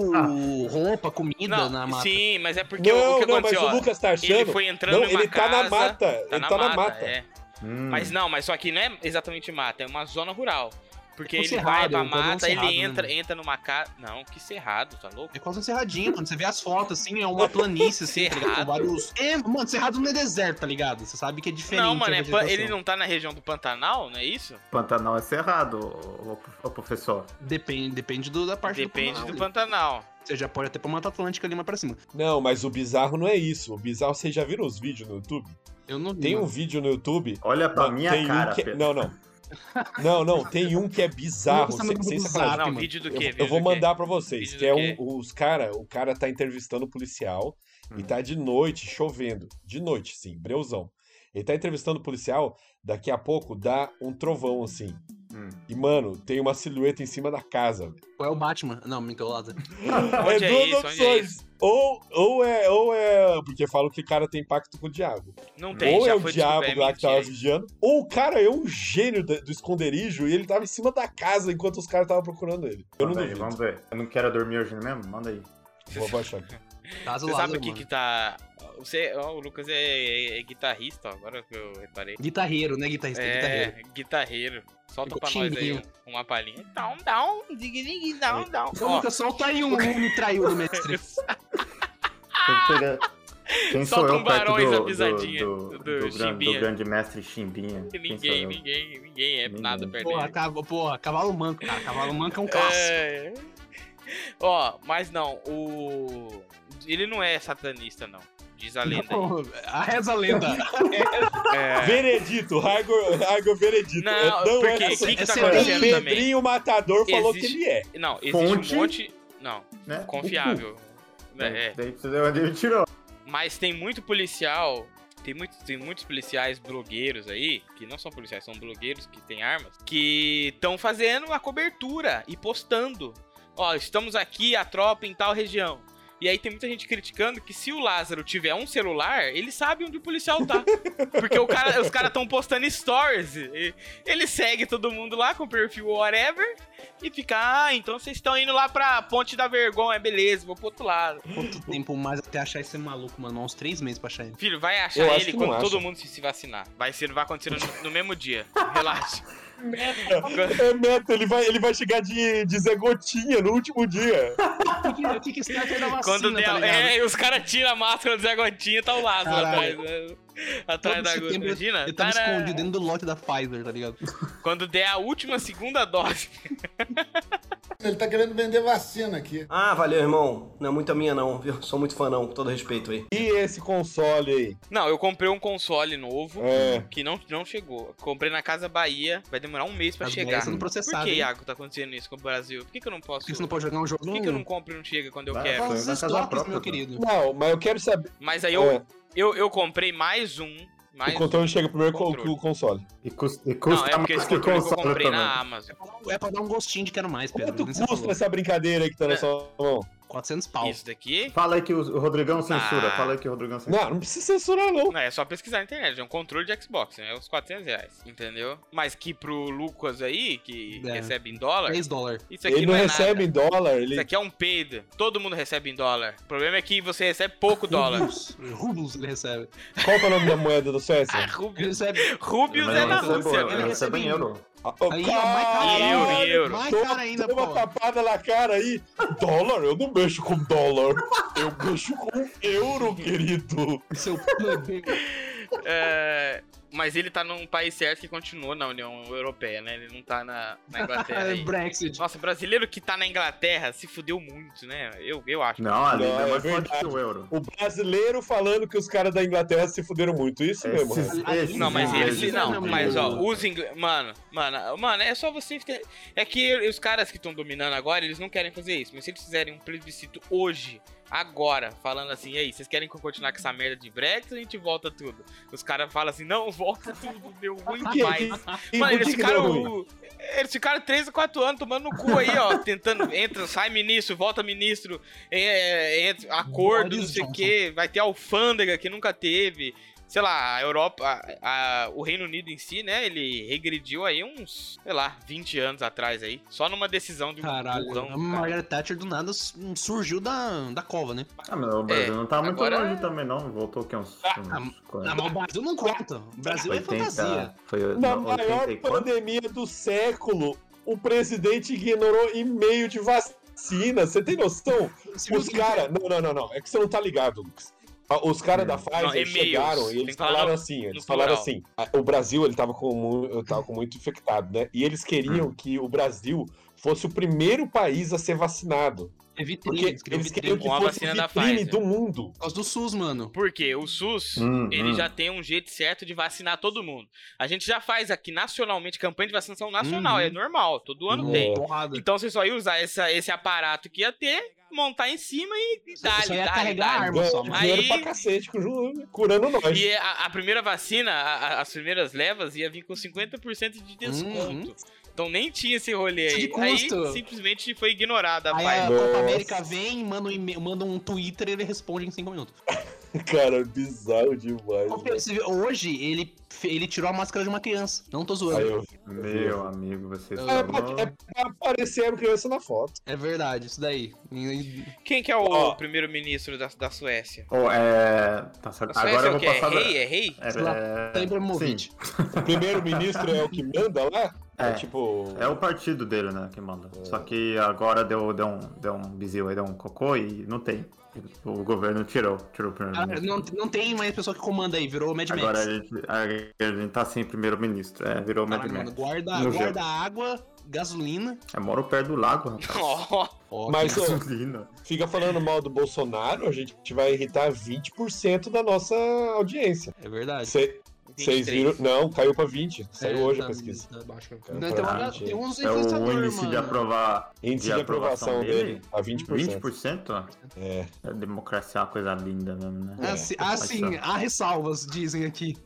S4: roupa, comida
S1: Não,
S4: na mata.
S1: sim, mas é porque
S2: não,
S1: o que
S2: não,
S1: aconteceu?
S2: mas o
S1: ó,
S2: Lucas tá achando.
S1: ele foi entrando
S2: não,
S1: em uma
S2: ele tá
S1: casa,
S2: na mata.
S1: Tá
S2: ele
S1: na
S2: tá
S1: mata,
S2: na mata.
S1: é.
S3: Hum.
S1: Mas não, mas só que não é exatamente mata, é uma zona rural. Porque
S4: Um
S1: ele vai
S4: cerrado,
S1: pra
S4: um padrão
S1: mata,
S4: cerrado,
S1: ele
S4: né,
S1: entra,
S4: mano?
S1: entra numa casa. Não, que cerrado, tá louco?
S4: É quase um cerradinho, mano. Você vê as fotos, assim, é uma planície, assim, tá ligado?
S1: Cerrado?
S4: com vários... É, mano, cerrado não é deserto, tá ligado? Você sabe que é diferente.
S1: não,
S4: a
S1: mano, é pan-
S4: vegetação.
S1: ele não tá na região do Pantanal, não é isso?
S3: Pantanal é cerrado, ô, ô- ô professor.
S4: Depende, depende do- da parte
S1: Depende
S4: do...
S1: do
S4: Pantanal. né?
S1: Pantanal.
S4: Você já pode até pra Mata Atlântica ali mais pra cima.
S2: Não, mas o bizarro não é isso. O bizarro, vocês já viram os vídeos no YouTube?
S4: Eu não vi.
S2: Tem um
S4: mano.
S2: vídeo no YouTube.
S3: Olha pra
S2: Mano,
S3: minha
S2: tem
S3: cara,
S2: um que...
S3: Pedro.
S2: Não, não. Não, não, tem um que é bizarro,
S3: tá
S4: Nossa,
S2: sem,
S4: mas
S2: sem
S4: bizarro.
S1: Ah,
S2: sacanagem.
S1: não,
S4: mano.
S1: vídeo do
S2: Eu,
S1: quê?
S2: eu vou mandar pra vocês,
S1: Vídeo
S2: que
S1: do
S2: é
S1: quê?
S2: um, os cara, o cara tá entrevistando o policial e
S3: Hum.
S2: tá de noite, chovendo. De noite, sim, breuzão. Ele tá entrevistando o policial, daqui a pouco dá um trovão assim.
S3: Hum.
S2: E, mano, tem uma silhueta em cima da casa.
S4: Qual é o Batman? Não, Michael Lázaro.
S1: Onde é isso? Onde é isso?
S2: Ou, ou é, ou é. Porque falam que o cara tem pacto com o diabo.
S1: Não tem,
S2: ou
S1: já
S2: é o
S1: foi
S2: diabo
S1: descoberto,
S2: lá que
S4: tá
S2: tava
S1: mentira.
S2: vigiando. Ou o cara é um gênio da- do esconderijo e ele tava em cima da casa enquanto os caras estavam procurando ele. Eu não
S3: Manda aí,
S2: duvido.
S3: vamos ver. Eu não quero dormir hoje mesmo? Manda aí.
S2: Vou baixar.
S4: Casa
S1: Você
S4: Lázaro,
S1: sabe o que
S4: mano.
S1: que tá. Você, ó, o Lucas é, é- é guitarrista, ó, agora que eu reparei.
S4: Guitarreiro, né, guitarrista?
S1: É,
S4: Guitarreiro.
S1: guitarreiro. Solta
S4: Ficou
S1: pra nós aí
S4: xinguinho.
S1: um- uma palhinha. Down, down, dig, down, down.
S4: Ô,
S1: Ó,
S4: Lucas, solta aí um, um traiu do mestre.
S3: Tem que pegar- Quem
S1: Solta
S3: sou eu
S1: um
S3: perto
S1: barões
S3: do,
S1: na pisadinha
S3: do,
S1: do
S3: do, do, gran- do
S1: Chimbinha.
S3: grande mestre Chimbinha? Quem sou
S1: ninguém,
S3: eu?
S1: ninguém, ninguém é
S3: Ninguém.
S1: nada perto
S4: Porra, cava- porra, cavalo manco, cara. Cavalo manco é um clássico.
S1: É. Ó, mas não, o. Ele não é satanista, não. Diz a lenda. aí.
S4: Pô, a reza a lenda.
S1: É.
S2: Veredito, Raigor, Raigor Veredito.
S1: Não,
S2: É,
S1: porque
S2: é
S1: o que, que tá
S4: essa-
S1: acontecendo
S2: Pedrinho
S1: também?
S2: Matador falou
S1: Existe-
S2: que ele é.
S1: Não, existe
S3: Fonte.
S1: um monte. Não,
S3: Né?
S1: confiável. É, é.
S3: Daí precisa ver onde ele tirou.
S1: Mas tem muito policial. Tem, muito, tem muitos policiais blogueiros aí, que não são policiais, são blogueiros que têm armas, que estão fazendo a cobertura e postando. Ó, estamos aqui, a tropa em tal região. E aí tem muita gente criticando que se o Lázaro tiver um celular, ele sabe onde o policial tá. Porque o cara- os caras estão postando stories. E- Ele segue todo mundo lá com perfil whatever e fica, ah, então vocês estão indo lá pra Ponte da Vergonha, beleza, vou pro outro lado.
S4: Quanto tempo mais até achar esse maluco, mano? Uns três meses pra achar ele.
S1: Filho, vai achar
S2: Eu acho
S1: ele
S2: que não
S1: quando
S2: acha.
S1: todo mundo se, se vacinar. Vai ser, vai acontecer no, no mesmo dia. Relaxa.
S2: É meta, ele vai, ele vai chegar de, de Zé Gotinha no último dia.
S4: O que, o que que está aqui da vacina,
S1: quando der,
S4: tá ligado?
S1: é, os caras tiram a máscara do Zé Gotinha, tá o Lázaro atrás.
S4: Caralho.
S1: né? Atrás
S4: Todo
S1: da
S4: esse
S1: gota.
S4: tempo
S1: Imagina?
S4: Eu tava
S1: Tará.
S4: escondido dentro do lote da Pfizer, tá ligado?
S1: Quando der a última segunda dose.
S5: Ele tá querendo vender vacina aqui.
S6: Ah, valeu, irmão. Não é muito a minha, não, viu? Sou muito fã, não, com todo respeito aí.
S2: E esse console aí?
S1: Não, eu comprei um console novo
S2: É.
S1: que não, não chegou. Comprei na Casa Bahia, vai demorar um mês pra
S4: As
S1: chegar.
S4: mulheres sendo
S1: Por
S4: processadas.
S1: que,
S4: hein?
S1: Iago, tá acontecendo isso com o Brasil? Por que, que eu não posso.
S4: Por que você não pode jogar um jogo?
S1: Por que, que eu não compro e não chega quando eu
S3: Vai,
S1: quero?
S3: vai.
S4: Os
S3: Na casa
S4: estoques,
S3: própria,
S4: meu
S3: mano.
S4: querido.
S2: Não, mas eu quero saber.
S1: Mas aí eu,
S2: É,
S1: eu, eu comprei mais um. Mais
S2: o controle chega primeiro que o-
S1: controle.
S2: que o console.
S3: E custa, e
S1: Não,
S3: custa
S1: é porque esse
S3: mais que o
S1: controle que eu
S3: console
S1: comprei
S3: também.
S1: na Amazon.
S4: É pra dar um gostinho de quero mais, Pedro.
S2: Quanto
S4: nem você
S2: custa
S4: falou.
S2: essa brincadeira aí que tá
S1: É.
S2: na sua mão?
S4: 400 pau.
S1: Isso daqui.
S3: Fala aí que o Rodrigão censura.
S1: Ah.
S3: Fala aí que o Rodrigão censura.
S2: Não, não precisa censurar, não.
S1: Não, é só pesquisar na internet, é um controle de Xbox, né? Uns 400 reais, entendeu? Mas que pro Lucas aí, que
S4: É.
S1: recebe em dólar,
S4: 3 dólares.
S1: isso aqui
S2: Ele
S1: não,
S2: não
S1: é
S2: recebe
S1: nada.
S2: em dólar,
S1: Isso
S2: ele.
S1: aqui é um peido. Todo mundo recebe em dólar. O problema é que você recebe pouco dólar.
S4: Rublos. Rublos ele recebe.
S2: Qual que é o nome da moeda da Suécia?
S1: Ah,
S4: Ele
S1: Rubius,
S4: recebe.
S1: Rubius
S3: Mas
S1: é
S3: eu
S1: da
S3: não recebo,
S1: Rússia,
S3: eu
S1: né?
S3: não recebo em
S4: Recebendo.
S3: euro.
S2: Ah, oh,
S4: Aí, ó, mais caro.
S2: caralho,
S1: Euro, euro.
S4: Mais
S2: Toma-
S4: caro ainda,
S2: toma
S4: pô.
S2: tapada na cara aí. Dólar? Eu não mexo com dólar. Eu mexo com euro, querido.
S4: Seu plebeu.
S1: É, Mas ele tá num país certo que continua na União Europeia, né? Ele não tá na, na Inglaterra. aí.
S4: Brexit.
S1: Nossa, brasileiro que tá na Inglaterra se fudeu muito, né? Eu, eu acho.
S3: Não, ali
S2: Não,
S3: ainda
S2: é
S3: é mais forte
S2: verdade.
S3: que o euro.
S2: O brasileiro falando que os caras da Inglaterra se fuderam muito. Isso mesmo. né?
S3: Esses- esses
S1: Não, mas
S4: Não,
S1: eles.
S4: eles
S1: Não,
S4: não,
S1: mas ó,
S4: mano.
S1: os ingleses. Mano, mano, mano, é só você. ter- É que os caras que estão dominando agora, eles não querem fazer isso. Mas se eles fizerem um plebiscito hoje, agora, falando assim, e aí, vocês querem continuar com essa merda de Brexit ou a gente volta tudo? Os caras falam assim, não, volta tudo, deu ruim
S2: Que-
S1: demais.
S2: que- que-
S1: Mano,
S2: por
S1: eles
S2: que que deu ruim?
S1: ficaram. Eles ficaram 3 a 4 anos tomando no cu aí, ó. Tentando. Entra, sai ministro, volta ministro, é, é, entra, acordo,
S4: Boris
S1: não sei o
S4: Johnson.
S1: quê. Vai ter alfândega que nunca teve. Sei lá, a Europa, a- a- o Reino Unido em si, né? Ele regrediu aí uns, sei lá, 20 anos atrás aí. Só numa decisão de um
S4: Caralho,
S2: né?
S1: burrão,
S2: é
S4: a
S1: cara.
S4: Margaret Thatcher do nada su- surgiu da, da cova, né?
S3: Ah, mas o Brasil
S1: É,
S3: não tá muito
S1: agora
S3: longe
S1: é-
S3: também, não. Voltou aqui uns. uns
S4: Ah, mas o Brasil não conta. O Brasil é
S3: 80,
S4: fantasia.
S3: Foi
S2: Na
S3: não,
S2: maior
S3: 80 e quanto?
S2: pandemia do século, o presidente ignorou e-mail de vacina. Você tem noção?
S4: Você viu
S2: Tipo Os
S4: que-
S2: caras. Não, não, não, não. É que você não tá ligado, Lucas. Ah, Os caras da
S1: Hum. Não,
S2: Pfizer
S1: e-mails.
S2: chegaram e
S1: Tem que
S2: eles
S1: falar
S2: falaram
S1: no-
S2: assim, eles
S1: no
S2: falaram
S1: plural.
S2: assim, ah, o Brasil ele tava com, mu- tava com muito infectado, né? E eles
S1: Hum.
S2: queriam que o Brasil fosse o primeiro país a ser vacinado,
S4: É vitrine,
S2: porque eles,
S4: escreveu
S2: queriam
S4: vitrine.
S2: que
S1: Com a
S2: fosse
S1: vacina da
S2: vitrine
S1: Pfizer.
S2: do mundo.
S4: Por causa do SUS, mano.
S1: Porque o SUS,
S3: Hum,
S1: ele
S3: hum.
S1: já tem um jeito certo de vacinar todo mundo. A gente já faz aqui nacionalmente campanha de vacinação nacional,
S4: Uhum.
S1: é normal, todo ano
S2: Uhum.
S1: tem.
S4: Porrada.
S1: Então você só ia usar essa- esse aparato que ia ter, montar em cima e e
S4: Só-
S1: dá-lhe,
S4: só ia
S1: dá-lhe,
S4: carregar
S1: dá-lhe.
S4: a arma só,
S2: Ganhando
S4: mano.
S1: Aí-
S2: dinheiro pra cacete, cu- curando nós.
S1: E a, a primeira vacina, a- a- as primeiras levas, ia vir com 50% de desconto. Então nem tinha esse rolê
S4: Isso
S1: aí.
S4: de
S1: Aí
S4: custo.
S1: simplesmente foi ignorada a
S4: Aí a
S1: Pfizer.
S4: Copa
S2: Nossa.
S4: América vem, manda um, e-mail- manda um Twitter e ele responde em 5 minutos.
S2: Cara, bizarro demais.
S4: Ô,
S2: né?
S4: Pedro, você viu? Hoje ele, fe- ele tirou a máscara de uma criança. Não tô zoando.
S3: é
S2: Aí eu-
S3: Meu amigo, você
S4: É,
S2: É,
S3: falou.
S2: pra, é pra aparecer a criança na foto.
S4: É verdade, isso daí.
S1: Quem que é o
S2: Ó.
S1: primeiro-ministro da, da Suécia?
S3: Oh, é... Tá certo.
S1: A Suécia
S3: Agora
S1: é
S3: eu
S1: o
S3: vou
S1: quê? É
S3: passar... da-
S1: rei? É rei?
S3: É,
S4: Sei lá, Tá Ibrahimovic.
S2: O primeiro-ministro é o que manda lá? É,
S3: É.
S2: tipo.
S3: é o partido dele, né, que manda. Só que agora deu, deu um, deu um bizil aí, deu um cocô e não tem. O governo tirou, tirou o
S4: Ah,
S3: primeiro-ministro.
S4: não, não tem mais pessoa que comanda aí, virou Mad Max.
S3: Agora a gente, a a gente tá sem primeiro-ministro. É, virou Mad
S4: Caralho, mano,
S3: Max.
S4: guarda,
S3: No
S4: guarda água, gasolina.
S3: Eu moro perto do lago, rapaz.
S1: Ó,
S4: Ó,
S2: Mas ô,
S3: Gasolina.
S2: fica falando mal do Bolsonaro, a gente vai irritar 20% da nossa audiência.
S4: É verdade.
S2: Vocês
S1: 23.
S2: viram? Não, caiu pra 20. Saiu
S4: É,
S2: hoje a
S4: tá-
S2: pesquisa.
S4: tá baixo.
S2: Caiu
S4: Não, tem,
S2: pra
S4: uma-
S2: 20.
S4: tem uns
S3: É o
S4: influenciadores,
S3: índice de
S4: mano.
S3: aprovar
S2: Índice de
S3: E a aprovação
S2: aprovação dele, tá
S3: dele?
S2: a 20%.
S3: 20%?
S2: É.
S3: A democracia é uma coisa linda mesmo, né?
S4: Assim, assim, há ressalvas, dizem aqui.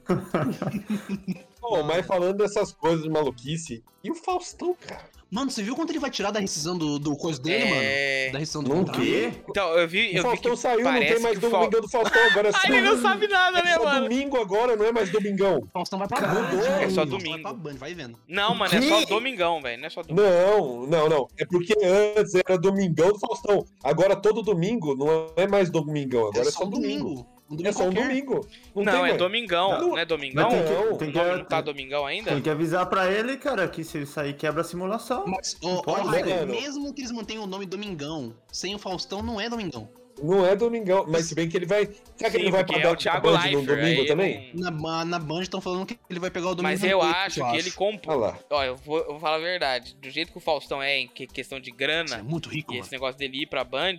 S2: Bom, mas falando dessas coisas de maluquice, e o Faustão, cara?
S4: Mano, você viu quanto ele vai tirar da rescisão do, do coisa dele,
S1: é...
S4: mano? Da rescisão do
S2: Não
S4: contrato?
S3: quê?
S1: Então, eu vi,
S2: O
S1: eu vi
S2: Faustão
S1: que
S2: saiu, não tem
S1: parece
S2: mais
S1: que o Fal-
S2: Domingão do Faustão agora. é
S1: Ah,
S2: só-
S1: ele não sabe nada, né,
S2: é só
S1: mano?
S2: domingo agora, não é mais Domingão.
S4: O Faustão vai pra
S2: Caralho,
S4: Band.
S2: é
S1: só
S4: mano.
S1: domingo.
S4: Vai pra Band, vai vendo.
S1: Não, mano, é
S3: quê?
S1: só domingão, velho. Não é só domingão.
S2: Não, não, não. É porque antes era Domingão do Faustão. Agora todo domingo não é mais Domingão, agora é, só
S4: um
S2: domingo.
S4: Um domingo
S2: É só um
S4: qualquer.
S2: domingo. Não,
S1: Não,
S2: tem
S1: é
S2: mais.
S1: domingão.
S2: Não.
S1: Não, é domingão?
S2: Mas
S1: Não,
S2: tem que-
S3: tem que-
S1: não tá domingão ainda?
S3: Tem que avisar pra ele, cara, que se ele sair quebra a simulação.
S4: Mas, ô, ô,
S3: Pode,
S4: Raio,
S2: né, mano.
S4: mesmo que eles mantenham o nome Domingão, sem o Faustão não é Domingão.
S2: Não é domingão. Mas se bem que ele vai. Será que ele
S1: Sim,
S2: vai
S1: porque
S2: pra
S1: é o
S2: dar
S1: Thiago
S2: Band no
S1: Leifert.
S2: domingo
S1: aí
S2: também? é
S1: não-
S4: Na, ba- na Band estão falando que ele vai pegar o Domingão.
S1: Mas eu
S4: inteiro,
S1: acho que ele
S2: Olha
S1: comprou.
S2: lá.
S1: Ó, eu vou, eu vou falar a verdade. Do jeito que o Faustão é em que- questão de
S4: Isso é
S1: grana
S4: muito rico,
S1: e
S4: mano.
S1: esse negócio dele ir pra Band,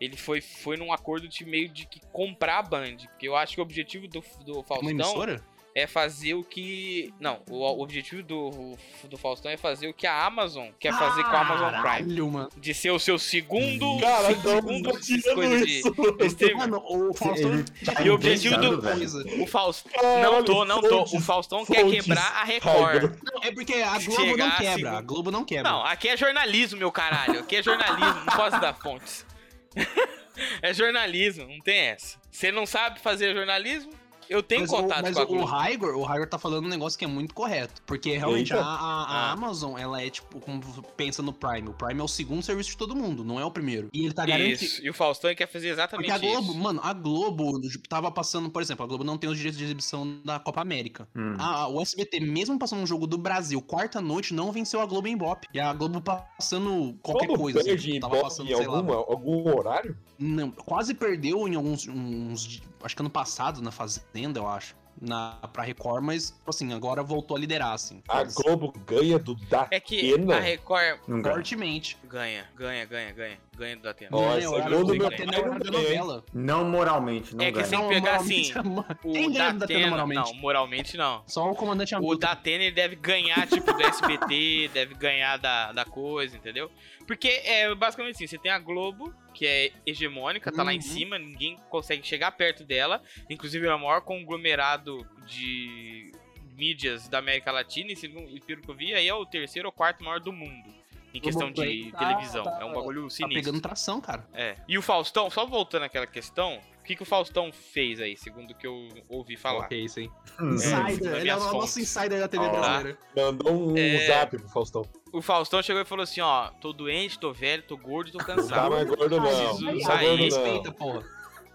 S1: ele foi, foi num acordo de meio de que comprar a Band. Porque eu acho que o objetivo do, do
S4: Uma
S1: Faustão
S4: emissora?
S1: é fazer o que. Não, o, o objetivo do, do Faustão é fazer o que a Amazon quer fazer com a Amazon Prime.
S4: Caralho, mano.
S1: de ser o seu segundo.
S2: Cara, então
S1: segundo
S2: estamos tirando
S1: coisa de-
S2: isso. Ah,
S1: de streamer.
S4: Mano, o Faustão
S3: ele
S4: já
S3: tá
S1: E o objetivo é.
S4: inventando
S3: do-
S4: coisa.
S1: O Faustão.
S2: Caralho,
S1: Não tô, não tô. O
S2: fontes-
S1: Faustão quer
S2: fontes
S1: quebrar a Record.
S2: Tiger.
S4: Não, é porque a Globo
S1: Chegar
S4: não quebra.
S1: assim-
S4: A Globo não quebra.
S1: Não, aqui é jornalismo, meu caralho. Aqui é jornalismo, não posso dar fontes. É jornalismo, não tem essa. Você não sabe fazer jornalismo? Eu tenho
S4: mas
S1: contato
S4: o, mas
S1: com a
S4: o
S1: Globo.
S4: Raigor, o Raigor tá falando um negócio que é muito correto. Porque realmente a,
S2: Eita.
S4: a- a
S1: Ah.
S4: Amazon, ela é tipo, como você pensa no Prime. O Prime é o segundo serviço de todo mundo, não é o primeiro. E ele tá garantindo.
S1: Isso, e o Faustão quer fazer
S4: Porque
S1: exatamente
S4: a Globo,
S1: isso.
S4: mano, a Globo tipo, tava passando, por exemplo, a Globo não tem os direitos de exibição da Copa América.
S3: Hum.
S4: Ah, o SBT, mesmo passando um jogo do Brasil, quarta-noite, não venceu a Globo em Ibope. E a Globo passando qualquer
S2: Como
S4: coisa. assim,
S2: perde
S4: tava
S2: Ibope
S4: passando,
S2: em
S4: sei lá.
S2: alguma, algum horário?
S4: Não, quase perdeu em alguns. Uns, di- acho que ano passado, na Fazenda, eu acho. Na, pra Record, mas, tipo assim, agora voltou a liderar, assim.
S2: A
S4: Mas
S2: Globo ganha do Datena.
S1: É que a Record
S3: Não ganha.
S4: Fortemente.
S1: ganha, ganha, ganha, ganha, ganha do Datena.
S2: Ó,
S4: Ganha
S2: esse
S4: o horário
S1: gol do
S4: do
S1: meu
S4: Datena,
S2: pai
S4: é o
S2: não
S4: horário da
S2: ganha, hein?
S4: novela.
S3: Não moralmente, não
S1: É que
S3: ganha.
S1: Tem
S4: Não,
S1: pegar,
S4: moralmente,
S1: O
S4: Tem ganho do Datena,
S1: Datena,
S4: moralmente.
S1: não, moralmente não.
S4: Só o comandante
S1: O
S4: Hamilton.
S1: Datena ele deve ganhar, tipo, do SBT, deve ganhar da, da coisa, entendeu? Porque é basicamente assim: você tem a Globo, que é hegemônica, tá lá em
S4: Uhum.
S1: cima, ninguém consegue chegar perto dela. Inclusive, é o maior conglomerado de mídias da América Latina, e segundo- pelo que eu vi, aí é o terceiro ou quarto maior do mundo. Em questão de
S4: Globoplay tá-
S1: televisão.
S4: tá-
S1: é um bagulho
S4: Tá
S1: sinistro.
S4: pegando tração, cara.
S1: É. E o Faustão, só voltando àquela questão, o que, que o Faustão fez aí, segundo o que eu ouvi falar?
S4: Ok, isso aí.
S3: Hum.
S1: isso
S4: Insider.
S1: nas
S4: Ele é o
S1: minhas fontes.
S4: nosso insider da TV
S3: Ó.
S4: brasileira.
S2: Mandou um
S1: É.
S2: zap pro Faustão.
S1: O Faustão chegou e falou assim: ó, tô doente, tô velho, tô gordo, tô
S2: Não tá
S1: cansado.
S2: mais gordo, não.
S1: preciso
S2: Não tá
S1: sair.
S2: gordo, não.
S4: Respeita, porra.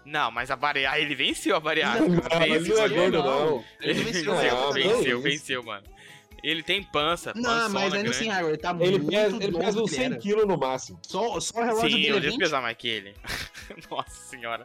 S1: Não, mas a bariátrica. Ele venceu a bariátrica.
S2: Não, ele não é
S1: venceu,
S2: gordo, não.
S4: Ele venceu.
S2: Não,
S4: né?
S1: venceu,
S2: não,
S1: venceu,
S2: isso.
S1: venceu, mano. Ele tem pança,
S4: Não, mas ainda
S1: né?
S4: assim, Raigor, ele tá
S2: Ele
S4: muito
S2: pesa, ele um
S4: longe
S2: pesa
S4: do
S2: uns
S4: que era.
S2: 100 quilos no máximo.
S4: Só, só o relógio
S1: Sim,
S4: dele
S1: eu
S4: é
S1: devia
S4: 20
S1: pesar mais que ele. Nossa senhora.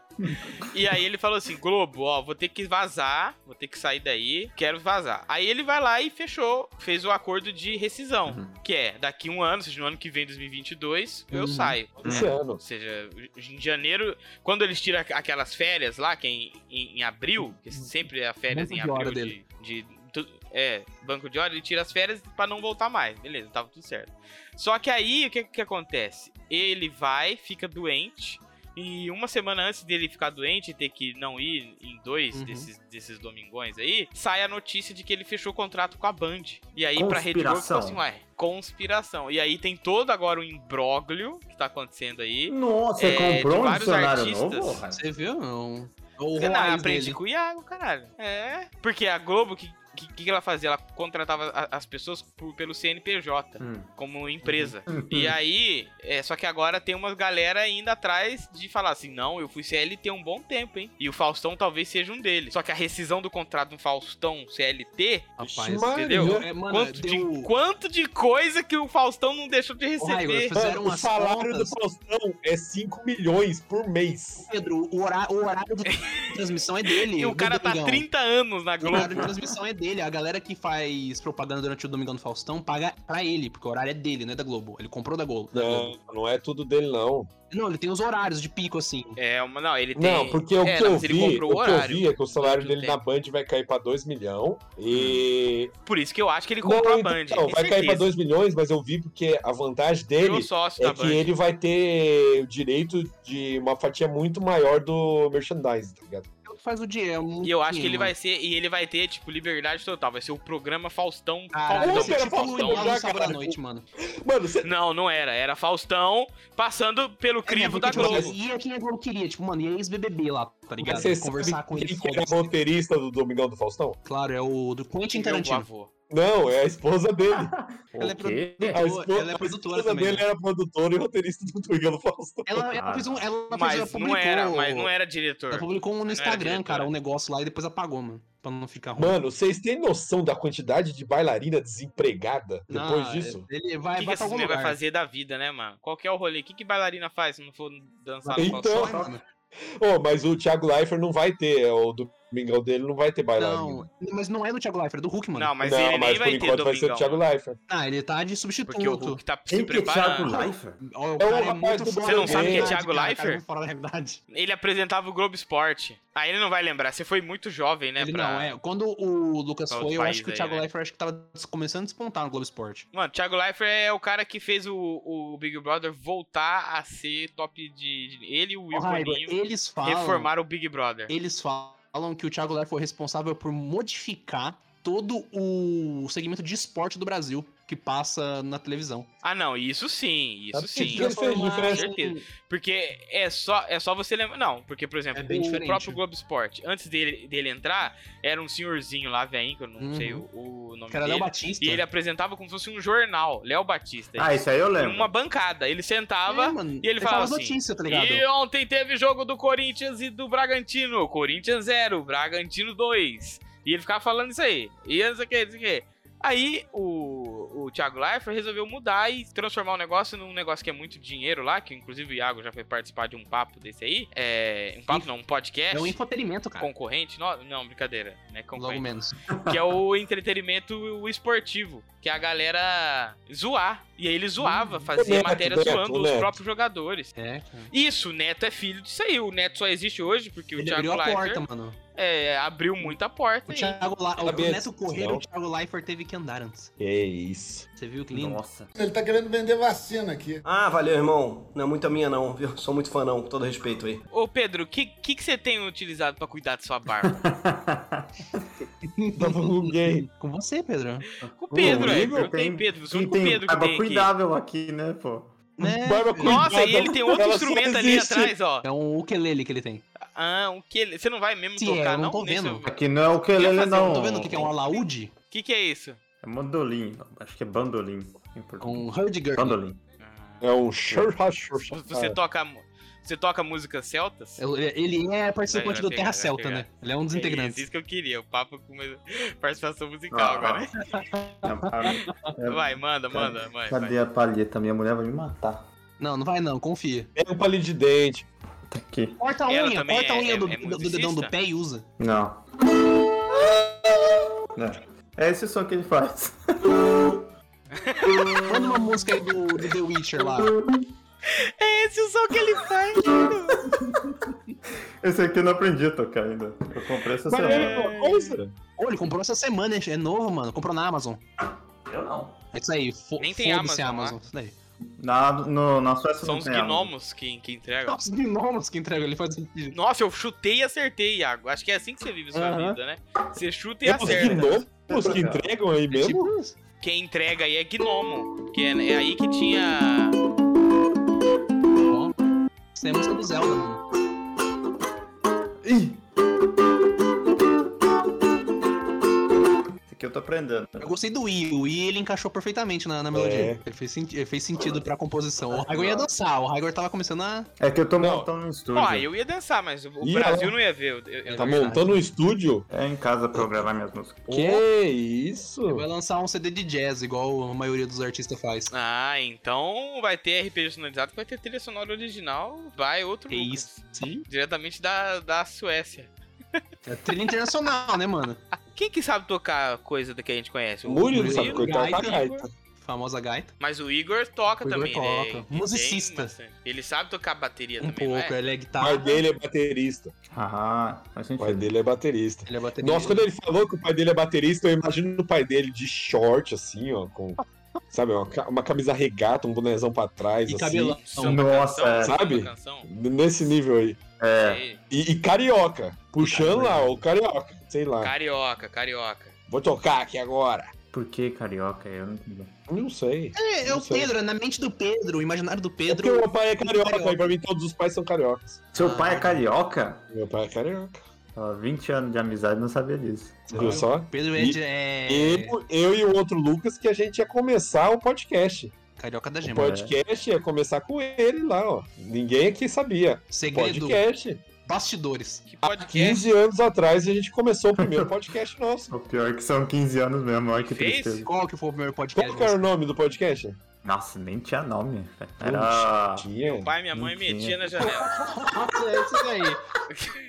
S1: E aí ele falou assim: Globo, ó, vou ter que vazar, vou ter que sair daí, quero vazar. Aí ele vai lá e fechou, fez o acordo de rescisão,
S3: Uhum.
S1: que é daqui um ano, ou seja, no ano que vem, 2022, eu
S4: Uhum.
S1: saio. né?
S2: Esse ano.
S1: Ou seja, em janeiro, quando eles tiram aquelas férias lá, que é em, em- em abril, que sempre é a férias
S4: Uhum. Banco
S1: em
S4: de hora
S1: abril de, de, tu- é, banco de hora, ele tira as férias pra não voltar mais. Beleza, tava tudo certo. Só que aí, o que, que acontece? Ele vai, fica doente, e uma semana antes dele ficar doente e ter que não ir em dois
S4: Uhum.
S1: desses, desses domingões aí, sai a notícia de que ele fechou o contrato com a Band. E aí pra Rede Globo ficou
S3: Conspiração.
S1: assim, ué, conspiração. E aí tem todo agora o imbróglio que tá acontecendo aí.
S3: Hum. Nossa, você
S1: É, de
S3: comprou um
S1: vários
S3: dicionário
S1: artistas.
S3: novo, Raio?
S4: Você viu? Não. O
S1: Você não,
S4: Roais
S1: aprende
S4: dele.
S1: com o Iago, caralho. É. Porque a Globo, o que, que, que ela fazia? Ela contratava a- as pessoas por- pelo CNPJ,
S3: Hum.
S1: como empresa.
S3: Uhum.
S1: E aí, é, só que agora tem umas galera ainda atrás de falar assim: não, eu fui CLT um bom tempo, hein? E o Faustão talvez seja um deles. Só que a rescisão do contrato do Faustão CLT,
S4: Rapaz,
S2: Maria.
S1: entendeu?
S4: é, mano,
S1: Quanto
S4: deu-
S1: de, quanto de coisa que o Faustão não deixou de
S4: Ô, Raigor,
S1: receber.
S4: fizeram
S2: Mano, o
S4: as
S2: salário
S4: contas.
S2: do Faustão é 5 milhões por mês.
S4: Pedro, o hora- o horário, de transmissão é dele.
S1: E o
S4: do
S1: cara tá
S4: Domingão.
S1: 30 anos na
S4: O horário de
S1: Globo.
S4: transmissão é dele. A galera que faz propaganda durante o Domingão do Faustão paga pra ele, porque o horário é dele, não é da Globo. Ele comprou da Globo. da Globo.
S2: Não, não é tudo dele, não.
S4: Não, ele tem os horários de pico, assim.
S1: É, uma- não, ele tem.
S2: Não, porque o
S1: é,
S2: que
S1: não,
S2: eu
S1: mas ele
S2: vi,
S1: comprou o
S2: o que eu
S1: horário.
S2: vi é que o salário
S1: Muito
S2: dele na Band vai cair pra 2 milhões e
S1: Por isso que eu acho que ele comprou a Band.
S2: Então,
S1: tem
S2: vai cair pra
S1: certeza.
S2: 2 milhões, mas eu vi porque a vantagem
S1: Virou
S2: dele
S1: sócio
S2: é
S1: da
S2: que
S1: Band.
S2: ele vai ter o direito de uma fatia muito maior do merchandising, tá ligado?
S4: É o que faz o dinheiro.
S1: E eu acho que ele vai ser. E ele vai ter, tipo, liberdade total. Vai ser o programa Faustão.
S4: Caralho,
S2: Não,
S4: isso é
S2: cara,
S4: tipo
S2: Faustão,
S4: o Domingão
S2: já,
S4: do Sábado à
S2: cara.
S4: Noite, mano.
S2: Mano, você.
S1: Não, não era. Era Faustão passando pelo crivo
S4: É,
S1: da
S4: porque, tipo,
S1: Globo.
S4: E quem a Globo queria, tipo, mano, e a ex-BBB lá, tá ligado?
S2: Você
S4: Conversar
S2: sabe
S4: com ele.
S2: quem que é
S4: foda-se.
S2: roteirista do Domingão do Faustão?
S4: Claro, é o do Quentin
S1: Meu
S4: Tarantino.
S1: avô.
S2: Não, é a esposa dele.
S1: Ah,
S4: Ela é
S3: O quê?
S2: A esposa,
S4: Ela é
S2: a
S4: produtora
S2: esposa
S4: também.
S2: dele
S4: né?
S2: era produtora e roteirista do Domingão do Faustão.
S4: Ela, ela fez um. Ela fez, ela
S1: Mas
S4: publicou,
S1: não era, mas não era
S4: Ela
S1: diretor.
S4: publicou um no
S1: era
S4: Instagram,
S1: diretora.
S4: cara, um negócio lá e depois apagou, mano. Pra não ficar ruim.
S2: Mano, vocês têm noção da quantidade de bailarina desempregada depois
S4: Não,
S2: disso?
S4: Ele
S1: O
S4: vai,
S1: que, que
S4: vai pra
S1: essa
S4: algum
S1: mulher
S4: lugar.
S1: vai fazer da vida, né, mano? Qual que é o rolê? O que, que bailarina faz se não for dançar no
S2: Então,
S1: Faustão?
S4: Vai, mano.
S2: Ô, mas o Thiago Leifert não vai ter, é, o Domingão dele não vai ter bailarina.
S4: Não, mas não é do Thiago Leifert, é do Hulk, mano.
S1: tá Não, mas
S2: não,
S1: ele
S2: mas
S1: nem
S2: por
S1: vai ter
S2: enquanto vai ser o
S1: Domingão.
S2: Thiago Leifert.
S4: Ah, ele tá
S1: Porque
S4: de
S1: o
S4: substituto.
S1: Hulk tá se
S3: Quem que é Thiago
S1: preparando.
S3: Leifert?
S4: Ó, o
S2: É o
S4: cara
S2: rapaz
S4: muito
S2: do
S4: fora
S2: Você não
S4: da
S2: sabe quem é
S4: realidade,
S1: Thiago
S4: cara, o cara é
S1: Leifert?
S4: muito fora da realidade.
S1: Ele apresentava o Globo Esporte. Aí ele não vai lembrar. Você foi muito jovem, né?
S4: Ele
S1: pra-
S4: não, é. Quando o Lucas
S1: pra
S4: foi,
S1: outro
S4: eu
S1: país
S4: acho que o
S1: aí,
S4: Thiago
S1: né?
S4: Leifert acho que tava des- começando a despontar no Globo Esporte.
S1: Mano, Thiago Leifert é o cara que fez o, o Big Brother voltar a ser top de. de- ele e o Will
S4: Ó, Raigo,
S1: Boninho
S4: eles falam.
S1: reformaram o Big Brother.
S4: Eles falam que o Thiago é Leifert foi responsável por modificar todo o segmento de esporte do Brasil. que passa na televisão.
S1: Ah, não, isso sim, isso
S2: Tá
S1: sim.
S2: Isso fez diferença.
S1: Com certeza. Porque é só, é só você lembrar. Não, porque, por exemplo,
S4: É bem
S1: o
S4: diferente.
S1: próprio Globo Esporte, antes dele, dele entrar, era um senhorzinho lá, velhinho, que eu não
S4: Uhum.
S1: sei o, o nome
S4: Que era
S1: dele.
S4: Léo Batista.
S1: e ele apresentava como se fosse um jornal, Léo Batista.
S3: Ah, isso aí eu lembro.
S1: numa bancada. Ele sentava.
S4: É, mano,
S1: e ele fala assim,
S4: notícias, tá ligado?
S1: E ontem teve jogo do Corinthians e do Bragantino. Corinthians 0, Bragantino 2. E ele ficava falando isso aí. E não sei o que, não sei o que. Aí o, o Thiago Leifert resolveu mudar e transformar o negócio num negócio que é muito dinheiro lá, que inclusive o Iago já foi participar de um papo desse aí. É, um papo não, um podcast.
S4: É um infotenimento, cara.
S1: Concorrente? Não, não, brincadeira. Não é
S4: Logo
S1: concorrente.
S4: menos.
S1: Que é o entretenimento esportivo. Que é a galera zoar. E aí ele zoava,
S4: Hum.
S1: fazia
S2: Neto,
S1: matéria
S2: Neto,
S1: zoando os
S2: Neto.
S1: próprios jogadores.
S4: É, cara.
S1: Isso, o Neto é filho disso aí. O Neto só existe hoje porque o
S4: Ele
S1: Thiago
S4: abriu a porta,
S1: Leifert
S4: mano.
S1: é, abriu muita porta.
S4: O
S1: aí.
S4: Thiago La... o
S2: Sabia
S4: Neto
S2: disso,
S4: correu,
S2: não.
S4: o Thiago Leifert teve que andar antes.
S2: É isso.
S4: Você viu que lindo?
S3: Nossa.
S5: Ele tá querendo vender vacina aqui.
S6: Ah, valeu, irmão. Não é muito a minha, não, viu? Sou muito fã, não, com todo respeito aí.
S1: Ô Pedro, o que, que, que você tem utilizado pra cuidar de sua barba?
S2: Tava com ninguém.
S4: Com você, Pedro.
S1: Com o Pedro, é.
S2: Rodrigo
S1: Perguntei
S3: um tem-
S1: Pedro. Sou o
S3: E
S1: único
S3: tem
S1: Pedro que
S3: barba
S1: tem aqui.
S3: cuidável aqui, né, pô?
S4: É,
S2: Barba
S1: Nossa,
S2: cuidada,
S1: e ele tem outro
S2: ela só
S1: instrumento ali
S2: existe.
S1: atrás, ó.
S4: é um ukulele que ele tem.
S1: Ah, o que ele... Você não vai mesmo
S4: Sim,
S1: tocar,
S4: eu não
S1: não?
S4: tô
S1: Nem
S4: vendo.
S1: seu-
S3: Aqui não é o que
S1: Eu ia
S3: ele
S1: fazer,
S3: não.
S1: eu
S4: Tô vendo o que que é um alaúde?
S1: que, que é isso?
S3: É mandolim. Acho que é bandolim. em português.
S1: Um
S4: Com Hurdiger.
S3: Bandolim.
S2: É um churrasco.
S1: Você toca, mu- você toca música celtas?
S4: Ele é
S1: Vai, vai
S4: participante do
S1: pegar,
S4: Terra
S1: vai
S4: Celta,
S1: pegar.
S4: né? Ele é um dos integrantes.
S1: É isso que eu queria, o papo com uma participação musical
S3: Ah,
S1: agora.
S3: Não, para. É-
S1: Vai, manda, manda. vai, vai.
S3: Cadê a palheta? Minha mulher vai me matar.
S4: Não, não vai não, confia.
S2: Tem um palito de dente.
S3: Tá aqui.
S4: Corta a
S1: Ela
S4: unha,
S1: também
S4: corta a
S1: é-
S4: unha
S1: é-
S4: do,
S1: é
S4: do- do dedão
S1: musicista?
S4: do pé e usa.
S3: Não. É. É esse o som que ele faz.
S4: Manda uma música aí do, do The Witcher lá.
S1: É esse o som que ele faz.
S3: Esse aqui eu não aprendi a tocar ainda. Eu comprei essa
S2: Mas é
S3: semana.
S2: uma
S1: um
S2: coisa.
S4: Ô, ele comprou essa semana, hein? é novo, mano. Comprou na Amazon.
S3: Eu não.
S4: É isso aí, fo
S1: Nem tem
S4: foda-se
S1: Amazon,
S4: Amazon. Isso daí.
S3: Na, no, na Suécia
S1: São
S3: não
S1: os
S3: tem Amazon.
S1: gnomos que, que entregam.
S4: Nossa, que gnomos que entrega, ele faz um sentido.
S1: Nossa, eu chutei e acertei, Iago. Acho que é assim que você vive sua
S4: Aham.
S1: vida, né? Você chuta e
S2: Temos
S1: acerta.
S2: gnomos que entregam aí
S4: É
S2: mesmo?
S4: tipo isso.
S1: Quem entrega aí é gnomo. Que é, é aí que tinha.
S4: Ó, Isso é música do Zelda, mano.
S3: Esse aqui eu tô aprendendo.
S4: Eu gostei do I, o I ele encaixou perfeitamente na, na melodia.
S2: É.
S4: Ele, fez senti- ele fez sentido pra composição. O Raigor ia dançar, o Raigor tava começando a...
S3: É que eu tô
S2: Não.
S3: montando um estúdio.
S1: Ó, eu ia dançar, mas o o
S2: Ih,
S1: Brasil não ia ver. Eu, eu- eu-
S2: Tá montando um estúdio?
S3: É em casa pra eu gravar minhas músicas.
S2: Que isso?
S4: Ele vai lançar um CD de jazz, igual a maioria dos artistas faz.
S1: Ah, então vai ter RPG sonalizado, vai ter trilha sonora original, vai outro.
S4: Que
S1: Lucas.
S4: isso, sim.
S1: Diretamente da, da Suécia.
S4: É trilha internacional, né, mano?
S1: Quem que sabe tocar coisa da que a gente conhece?
S2: O Murilo
S1: Murilo,
S2: sabe cortar é a
S4: é gaita.
S2: gaita.
S4: Famosa gaita.
S1: Mas o Igor toca
S4: O Igor
S1: também,
S4: toca.
S1: né?
S4: Musicista.
S1: Tem bastante. Ele sabe tocar bateria
S4: Um
S1: também,
S4: pouco,
S1: não é?
S4: ele é
S2: O
S4: guitarra,
S2: pai dele é baterista.
S3: Ah, faz
S2: O pai
S3: sentido.
S2: dele é baterista.
S4: ele é baterista.
S2: Nossa, quando ele falou que o pai dele é baterista, eu imagino o pai dele de short, assim, ó, com. Sabe, uma, ca- uma camisa regata, um bonezão pra trás,
S4: E
S2: assim.
S4: cabelão.
S1: Samba
S3: Nossa,
S1: canção,
S3: é.
S1: samba
S2: Sabe?
S1: canção.
S2: Nesse nível aí.
S3: É.
S1: Sei.
S2: E, e carioca. Puxando lá, o carioca. Sei lá.
S1: Carioca, carioca.
S2: Vou tocar aqui agora.
S3: Por que carioca? Eu não entendi.
S2: Não sei.
S4: É, é
S2: Não
S4: o
S2: sei.
S4: Pedro, é na mente do Pedro, o imaginário do
S2: É porque
S4: Pedro.
S2: o meu pai é carioca,
S4: Carioca.
S2: e pra mim todos os pais são cariocas.
S3: Seu
S4: Ah.
S3: pai é carioca?
S2: Meu pai é carioca.
S3: Ó, 20 anos de amizade não sabia disso.
S2: Viu só?
S4: Pedro é,
S2: E-
S4: de- é-
S2: Eu, eu e o outro Lucas que a gente ia começar o podcast.
S4: carioca da
S2: O
S4: gema.
S2: podcast ia começar com ele lá, ó. Ninguém aqui sabia.
S4: Segredo,
S2: Podcast.
S4: bastidores.
S1: Que podcast
S2: 15 anos atrás a gente começou o primeiro podcast nosso.
S3: O pior é que são 15 anos mesmo, olha que
S1: Fez?
S3: tristeza.
S4: Qual que foi o primeiro podcast?
S2: Qual que era o nome do podcast?
S3: Nossa, nem tinha nome. velho.
S2: Ah,
S3: Era.
S2: Tinha.
S1: Pai, minha mãe
S3: Não
S1: metia
S3: tinha.
S1: na janela.
S4: Nossa, é isso aí.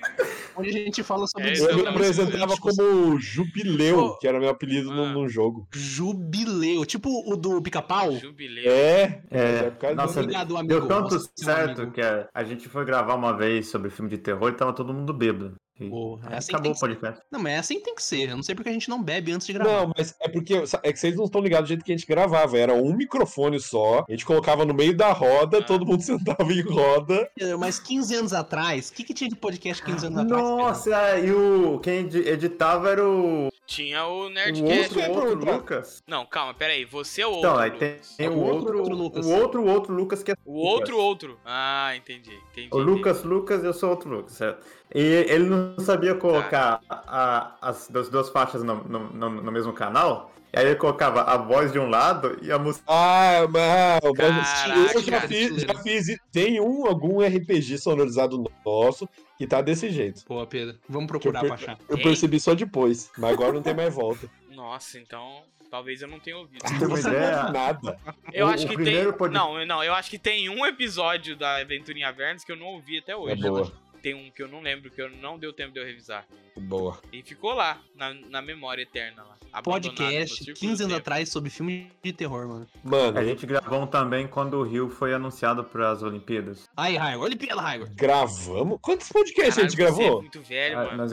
S4: Onde a gente fala sobre
S1: É,
S2: Eu me
S1: Exatamente.
S2: apresentava como Jubileu,
S1: Ô.
S2: que era meu apelido no,
S1: Ah.
S2: no jogo.
S4: Jubileu, tipo o do pica-pau.
S1: Jubileu.
S2: É,
S3: É,
S2: é por causa
S3: nossa,
S2: do-
S4: Obrigado, amigo.
S3: deu tanto
S4: Você é um
S3: certo
S4: amigo.
S3: que a, a gente foi gravar uma vez sobre filme de terror e tava todo mundo bêbado. E
S4: Boa, é assim que
S3: acabou
S4: tem que
S3: o podcast.
S4: Não, mas é assim que tem que ser. Eu não sei porque a gente não bebe antes de gravar.
S2: Não, mas é porque é que vocês não estão ligados do jeito que a gente gravava. Era um microfone só, a gente colocava no meio da roda,
S1: Ah.
S2: todo mundo sentava em roda.
S4: Pedro, Mas 15 anos
S3: é,
S4: atrás, o que, que tinha de podcast 15 anos atrás?
S3: Nossa, e o quem edi- editava era o
S1: Tinha o
S3: O
S1: Nerdcast.
S4: é
S3: outro,
S2: quer
S3: o outro
S2: perguntar?
S3: Lucas.
S1: Não, calma, peraí. Você é o outro.
S3: Então, aí tem,
S1: Lucas.
S3: tem o
S4: O
S3: outro,
S4: outro,
S3: outro
S4: Lucas.
S3: o outro, outro Lucas que é
S1: O outro, outro. Ah, entendi. entendi
S3: O Lucas, Lucas, eu sou outro Lucas, certo? E ele não
S4: Tá.
S3: sabia colocar a- as, das duas faixas no, no, no- no mesmo canal. E aí ele colocava a voz de um lado e a música.
S2: Ah, mano,
S1: Caraca,
S2: eu já
S4: cara,
S2: fiz,
S4: isso
S2: já fiz. e Tem um, algum RPG sonorizado nosso que tá desse jeito.
S4: Pô, Pedro, vamos procurar
S2: Que
S4: pra achar.
S2: Eu
S1: Tem?
S2: percebi só depois, mas agora não tem mais volta.
S1: Nossa, então talvez eu não tenha ouvido.
S3: Tem uma ideia?
S2: Nada.
S1: Eu
S3: O-
S1: acho
S3: o
S1: que tem.
S3: primeiro pode-
S1: Não, não, eu acho que tem um episódio da Aventurinha Vernes que eu não ouvi até
S2: É
S1: hoje.
S2: boa.
S1: Tem um que eu não lembro, que eu não deu tempo de eu revisar.
S2: Boa.
S1: E ficou lá, na, na memória eterna lá. abandonado no
S4: Podcast,
S1: círculo
S4: 15
S1: do
S4: anos
S1: tempo.
S4: atrás, sobre filme de terror, mano.
S2: Mano,
S3: A gente gravou um também quando o Rio foi anunciado para as Olimpíadas.
S4: Aí, Raigor, olha pela Raigor.
S2: gravamos? Quantos podcasts a gente
S1: Caralho, Você é
S2: gravou?
S1: muito velho,
S3: Ah,
S1: mano.
S3: Nós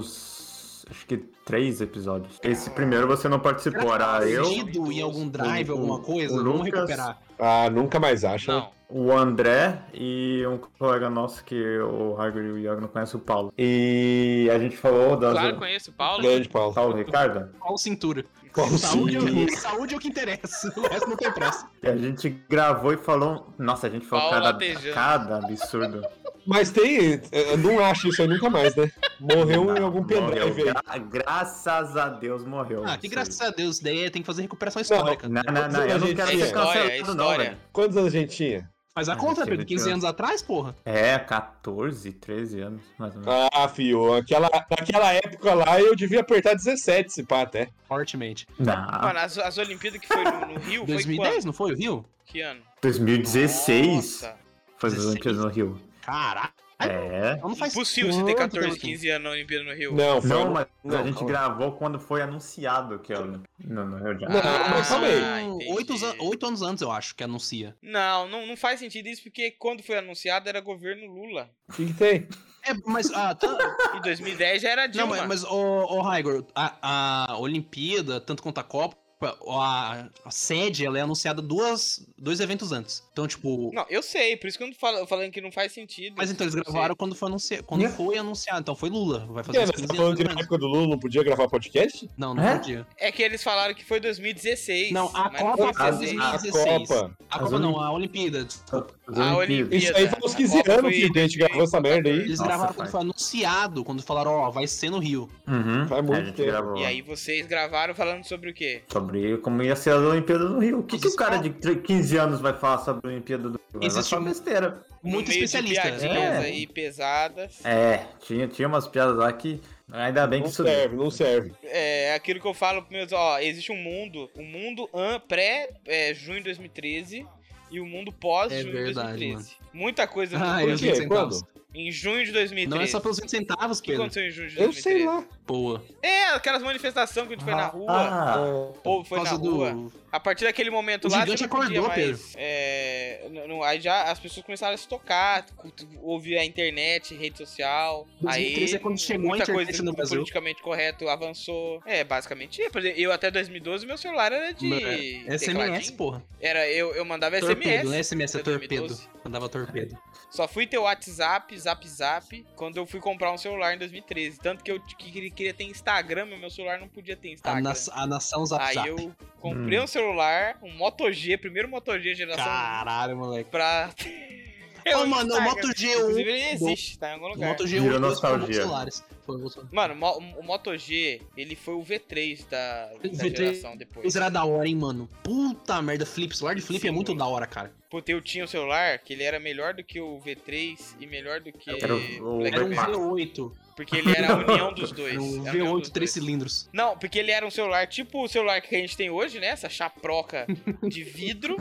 S3: gravamos acho que três episódios. Esse primeiro você não participou, era Ah, eu,
S4: Perdido em algum drive,
S3: o-
S4: alguma coisa,
S3: o
S4: vamos
S3: Lucas-
S4: recuperar.
S2: Ah, nunca mais acha. né?
S1: Não.
S3: o André e um colega nosso que o Raigor e o Iago não conhecem, o Paulo. E a gente falou das.
S1: Claro, conheço Tá o Paulo.
S2: Grande Paulo.
S3: Paulo Ricardo?
S4: Qual cintura?
S2: Qual
S4: Saúde, é o
S2: cintura?
S4: que- saúde é o que interessa. O resto não tem pressa.
S3: E a gente gravou e falou. Nossa, a gente falou
S1: Paulo
S3: cada,
S1: Latejano.
S3: cada absurdo.
S2: Mas tem. eh, Não acho isso aí nunca mais, né? Morreu em algum pendrive
S3: Morreu.
S2: aí.
S3: Gra- graças a Deus morreu.
S4: Ah, que
S3: Isso
S4: graças a Deus, isso daí tem que fazer recuperação histórica.
S3: aí. Não, não, não, eu não
S2: É
S3: quero
S2: história,
S3: ser cancelado,
S1: é
S3: não,
S1: história.
S3: velho.
S2: Quantos anos a gente tinha?
S4: Faz a
S3: Ah,
S4: conta,
S3: tive
S4: Pedro, 15
S3: que-
S4: anos atrás, porra.
S3: É, 14, 13 anos, mais ou menos.
S2: Ah, fio, aquela, naquela época lá eu devia apertar 17, se pá, até.
S4: Fortemente.
S3: Não,
S1: Mano, as, as Olimpíadas que foi no, no Rio foi
S4: 2010, não foi o Rio?
S1: quando? Que ano?
S3: 2016
S1: Nossa.
S3: foi as Olimpíadas no Rio.
S4: Caralho.
S3: É.
S4: então Não faz
S1: Impossível você ter
S4: quanto
S1: 14,
S4: tempo que-
S1: 15 anos na Olimpíada no Rio.
S2: Não, foi.
S3: Não, mas
S2: Não,
S3: a gente
S2: calma.
S3: gravou quando foi anunciado que eu no, no Rio de
S2: Não,
S3: Janeiro.
S2: mas calma aí.
S1: Ah, entendi.
S4: Oito, an- oito anos antes, eu acho, que anuncia.
S1: Não, não, não faz sentido isso, porque quando foi anunciado era governo Lula.
S2: O que, que tem?
S4: É, mas. Ah, tá-
S1: Em 2010 já era
S4: Não,
S1: Dilma.
S4: mas, mas ô, ô Raigor, a, a Olimpíada, tanto quanto a Copa, a, a sede, ela é anunciada duas, dois eventos antes. Então, tipo.
S1: Não, eu sei, por isso que eu não falo, falando que não faz sentido.
S4: Mas então eles
S1: Eu
S4: gravaram quando foi anunciado. Quando
S3: Yeah.
S4: foi anunciado. Então foi Lula. Vai fazer
S1: É,
S2: Quem,
S4: uns
S2: você tá
S4: 15
S2: falando
S4: anos.
S2: que na
S4: menos.
S2: época do Lula não podia gravar podcast?
S4: Não, não
S3: É?
S4: podia.
S1: sei. É que eles falaram que foi 2016.
S4: Não, a
S1: mas
S4: Copa
S1: foi
S4: foi
S1: em 2016.
S2: A
S4: 16.
S2: Copa.
S4: A
S3: As
S4: Copa não,
S3: Olimpí-
S4: a Olimpíada. desculpa.
S3: As
S1: A
S3: Olimpíadas.
S2: Isso aí foi uns 15 anos que a gente gravou essa merda aí.
S4: Eles
S3: Nossa,
S4: gravaram
S3: pai.
S4: quando foi anunciado, quando falaram, ó, vai ser no Rio.
S3: Uhum.
S2: Faz muito
S3: a gente
S2: tempo.
S3: gravou
S1: E aí vocês gravaram falando sobre o quê?
S3: sobre como ia ser as Olimpíadas no Rio. O que,
S4: Que
S3: que o cara de
S4: desgraça.
S3: 3 15 anos vai falar sobre a Olimpíada do Rio? Vai
S4: Existe
S3: falar
S4: um-
S3: besteira.
S4: Muito
S1: No meio de
S4: especialista.
S1: piadinhas
S3: É.
S1: aí pesadas.
S3: É, tinha, tinha umas piadas lá que. Ainda bem que
S2: Não
S3: isso.
S2: serve, não serve.
S1: É aquilo que eu falo pros meus, ó, existe um mundo, um mundo an- pré é, junho de 2013 e o um mundo pós
S4: É
S1: junho
S4: verdade,
S1: de 2013. Muita coisa
S4: Ah,
S1: mudou
S4: eu
S2: Por
S4: vi
S2: quê?
S4: centavos.
S1: em junho de
S4: Não
S1: 2013.
S4: é só pelos 20 centavos,
S1: O que
S4: Pedro.
S1: aconteceu em junho de
S2: Eu
S1: 2013?
S2: sei lá.
S4: Boa.
S1: É, aquelas manifestações que a gente foi na rua.
S3: Ah,
S1: Ou foi
S4: Por
S1: na
S4: causa do.
S1: rua. A partir daquele momento
S4: O
S1: lá,
S4: gigante
S1: você não podia
S4: acordou,
S1: mais, é, não- não- aí já as pessoas começaram a se tocar, cu- ouvir a internet, rede social.
S4: 2013
S1: aí
S4: é quando chegou a
S1: muita
S4: internet
S1: coisa
S4: no
S1: do
S4: Brasil.
S1: politicamente correto avançou. É, basicamente. é, por exemplo, eu até 2012 meu celular era de
S4: é SMS,
S1: tecladinho.
S4: porra.
S1: Era eu, eu mandava
S4: Torpedo, não é
S1: SMS.
S4: SMS, é
S1: Até 2012.
S4: torpedo. Mandava torpedo.
S1: Só fui ter WhatsApp, Zap Zap quando eu fui comprar um celular em 2013, tanto que eu t- que que- queria ter Instagram, mas meu celular não podia ter
S4: A,
S1: Instagram.
S4: Ah, na, a nação Zap
S1: Aí
S4: Zap.
S1: eu comprei
S4: Hum.
S1: um celular, um Moto G, primeiro Moto G geração
S4: Caralho, moleque.
S1: pra.
S4: Ô, mano, o Moto
S1: Inclusive,
S4: G1.
S1: ele existe, tá em algum
S4: O
S1: lugar.
S4: Moto
S3: Virou
S4: G1 dois foram
S3: nostalgia.
S4: celulares. Foi o Bolsonaro.
S1: Mano, mo- o Moto G, ele foi o V3 da, da
S4: V3
S1: geração depois.
S4: Isso era da hora, hein, mano. Puta merda, flip. Celular de flip
S1: Sim,
S4: é muito
S1: mano.
S4: da hora, cara.
S1: Porque eu tinha um celular que ele era melhor do que o V3 e melhor do que
S3: Era o- o
S4: Era um
S1: Blackberry.
S3: Blackberry.
S4: V8.
S1: Porque ele era a união dos É dois.
S4: Era um
S1: era a união dos
S4: V8
S1: dois.
S4: três cilindros.
S1: Não, porque ele era um celular tipo o celular que a gente tem hoje, né? Essa chaproca de vidro.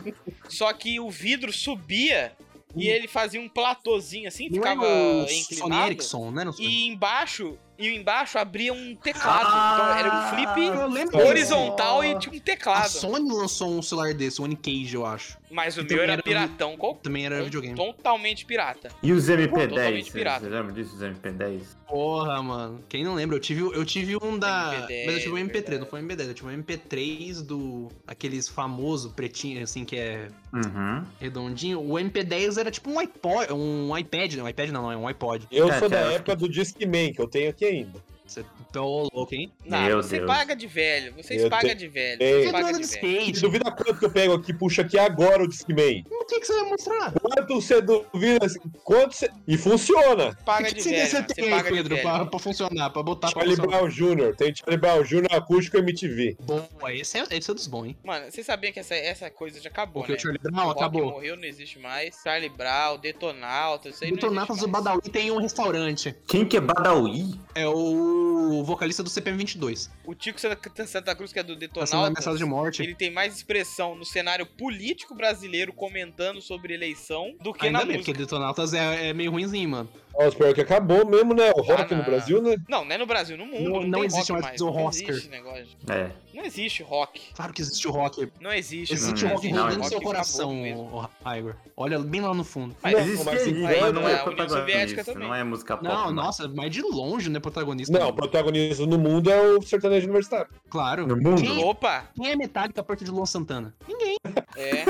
S1: Só que o vidro subia e ele fazia um platôzinho assim,
S4: Hum. Não era
S1: ficava
S4: o Sony
S1: inclinado.
S4: Ericsson, né? Não sei.
S1: E embaixo, e embaixo abria um
S3: ah,
S1: teclado.
S4: Ah!
S1: então era um flip
S3: eu lembro
S1: horizontal
S3: disso.
S1: e tinha um
S4: A
S1: teclado.
S4: Sony lançou um celular desse, o Unicage, eu acho.
S1: Mas o
S4: Então
S1: meu era,
S4: era um-
S1: piratão, qual-
S4: Também era videogame.
S1: totalmente pirata.
S3: E os
S1: Totalmente
S3: MP10?
S1: pirata.
S3: Você lembra disso, os MP10?
S4: Porra, mano. Quem não lembra? Eu tive, eu tive um da.
S1: MP10,
S4: mas eu tive um MP3,
S1: é verdade.
S4: não foi um MP10. Eu tive um MP3 do. Aqueles famoso pretinho, assim, que é
S3: Uhum.
S4: redondinho. O MP10 era tipo um iPod. Um iPad, não. iPad não, é um iPod.
S2: Eu
S3: É,
S2: sou da
S3: cara.
S2: época do Discman, que eu tenho aqui ainda.
S4: Você papel Então, louco, hein?
S1: Não,
S3: Meu
S1: você
S3: Deus.
S1: paga de velho. Vocês
S2: Eu
S1: pagam
S2: tenho-
S1: de velho.
S2: tenho-
S1: Vocês
S4: Você não
S1: pagam
S4: anda de
S1: de velho.
S4: skate.
S2: Duvida quanto que eu pego aqui, puxa aqui agora o Discman.
S4: O que, que você vai mostrar?
S2: Quanto você duvida? assim, Quanto você... E funciona.
S1: Paga
S4: o que,
S1: de
S4: que
S1: velho.
S4: você
S1: mano, Você
S4: tem aí,
S1: paga de
S4: Pedro,
S1: velho.
S4: pra, pra funcionar, pra botar pra
S2: Charlie
S4: funcionar?
S2: Brown Jr. Tem Charlie Brown Jr. acústico MTV.
S4: Boa, esse é, esse é dos bons, hein?
S1: Mano, vocês sabiam que essa, essa coisa já acabou,
S4: Porque
S1: né?
S4: o Charlie Brown
S1: Rock
S4: acabou.
S1: morreu, não existe mais. Charlie Brown, Detonauta, isso aí não
S4: Detonatas
S1: existe
S4: do
S1: mais.
S4: Badawi tem um restaurante.
S3: Quem que é Badawi?
S4: É o vocalista do CPM 22.
S1: O Tico Santa, Santa Cruz, que é do
S4: Assinando Tá a
S1: Detonauta,
S4: mensagem de morte.
S1: ele tem mais expressão no cenário político brasileiro comentando sobre eleição do que
S4: Ainda
S1: na
S4: bem,
S1: música.
S4: porque Detonautas é, é meio ruinzinho, mano.
S2: Nossa, pior é que acabou mesmo, né? O rock
S1: Ah,
S2: no
S1: não.
S2: Brasil, né?
S1: Não, não é no Brasil, no mundo.
S4: Não-
S1: Não,
S4: não
S1: tem
S4: existe
S1: rock
S4: mais o
S1: Não
S4: Oscar.
S1: existe negócio.
S3: É.
S1: Não existe rock.
S4: Claro que existe o rock.
S1: Não existe.
S4: Existe
S1: mano.
S4: o rock
S3: não,
S4: rodando no
S3: rock
S4: seu
S1: acabou
S4: coração,
S1: mesmo.
S4: o Igor. Olha bem lá no fundo.
S1: É, Mas-
S2: Não,
S3: Existe
S2: mas
S3: aí,
S2: em
S3: mas não
S1: Irlanda,
S3: é
S1: a União Soviética
S3: protagonista,
S1: também.
S3: não é música pop.
S4: Não, nossa, mas de longe não é protagonista.
S2: Não, o protagonista no mundo é o sertanejo universitário.
S4: Claro.
S3: No mundo?
S4: Quem,
S1: Opa!
S4: quem é Metallica perto de Luan Santana?
S1: É.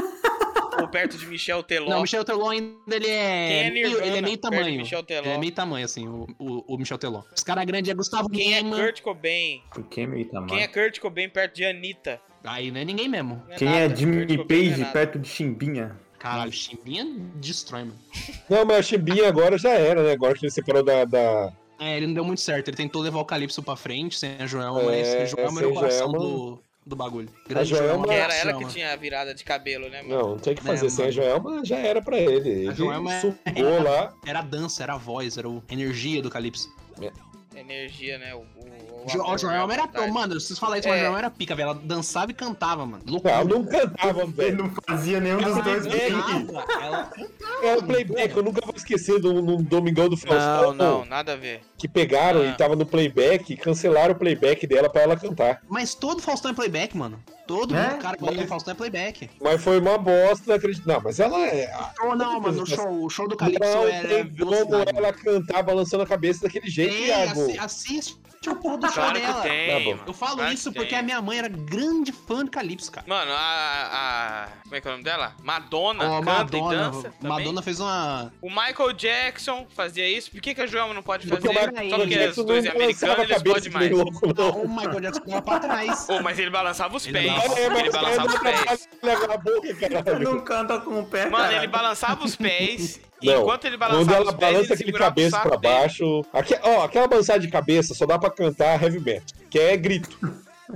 S1: Ou perto de Michel Teló.
S4: Não, o Michel Teló ainda ele é.
S1: Quem é Nirvana?
S4: ele é meio
S1: perto de
S4: tamanho.
S1: Michel Teló.
S4: Ele é meio tamanho, assim, o, o, o Michel Teló. Os caras grandes é Gustavo
S1: Quem é
S4: Lima.
S1: Kurt Cobain?
S3: Por que meio
S1: Quem é
S3: tamanho?
S1: Kurt Cobain perto de Anitta?
S4: Aí não é ninguém mesmo.
S1: Não
S3: Quem é
S1: nada, Kurt
S3: Jimmy
S1: Cobain não é
S3: Page
S1: nada.
S3: perto de Chimbinha?
S1: Hum.
S4: Caralho, Chimbinha destrói, mano.
S2: Não, mas o Chimbinha agora já era, né? Agora que ele separou da. da...
S4: É, ele não deu muito certo. Ele tentou levar o Calypso pra frente sem a Joelma,
S2: É,
S4: mas a Joelma era o
S2: sem
S4: coração
S2: Joelma.
S4: do, do bagulho. Grande
S2: Joelma-
S4: Joelma.
S1: Que era ela que
S4: Joelma.
S1: tinha a virada de cabelo, né, mano?
S2: Não, não tem o que
S4: É,
S2: fazer. Sem a
S4: mano.
S2: Joelma já era pra ele. Ele
S4: Joelma é-
S2: sugou lá.
S4: Era a dança, era a voz, era o- a energia do Calypso.
S1: Energia, né? O, o, tá o
S4: Jo-
S1: amor,
S4: o
S1: a
S4: Joelma era.
S1: vontade.
S4: Mano, vocês falam isso, mas
S1: É.
S4: a Joelma era pica, velho. Ela dançava e cantava, mano.
S2: Não,
S4: Loucura.
S2: não cantava,
S3: Ele
S2: velho.
S3: não fazia nenhum
S4: Ela
S3: dos dois.
S2: Ele-
S4: cantava, ela-
S2: É o playback. Eu nunca vou esquecer do, do Domingão do
S1: Não,
S2: Faustão.
S1: não, nada a ver.
S2: Que pegaram
S1: Ah.
S2: e tava no playback. Cancelaram o playback dela pra ela cantar.
S4: Mas todo Faustão é playback, mano. Todo
S3: É?
S4: mundo, cara que
S3: Mas-
S4: gosta do Faustão é playback.
S2: Mas foi uma bosta, não acredito. Não, mas ela é.
S4: Ou não,
S2: mano,
S4: mano,
S2: o
S4: o show, do Calypso
S2: Não
S4: era
S2: tem como ela cantar balançando a cabeça daquele jeito, Thiago.
S4: assim, assiste o porra do show
S1: Claro
S4: dela.
S1: que tem.
S2: Tá bom.
S1: mano.
S4: Eu falo
S1: Claro que
S4: isso
S1: tem.
S4: porque a minha mãe era grande fã do Calypso, cara.
S1: Mano, a, a- Como é que é o nome dela? Madonna.
S4: Ó,
S1: canta e dança. também.
S4: Madonna fez uma.
S1: O Michael Jackson fazia isso. Por que, que a Joelma não pode
S2: Porque o
S1: fazer?
S4: Michael
S1: Só porque
S4: Jackson
S1: os dois é americano, eles podem
S2: de nem
S1: mais.
S2: louco, não.
S4: O um Michael Jackson pulava pra trás.
S1: Ô, mas ele balançava os
S4: Ele
S1: pés.
S4: balançava-
S2: É, mas
S1: Ele
S2: o cara
S1: balançava os
S2: não atrapalha
S1: pés.
S2: a boca,
S3: Eu
S2: caralho.
S3: não canta com o pé,
S1: Mano,
S3: cara.
S1: ele balançava os pés. e
S2: Não,
S1: enquanto ele balançava
S2: Quando
S1: os
S2: ela
S1: pés, ele
S2: balança aquele
S1: segurava o
S2: cabeça
S1: saco
S2: pra
S1: dele.
S2: baixo. Aque- ó, aquela balançada de cabeça só dá pra cantar heavy metal, que é grito.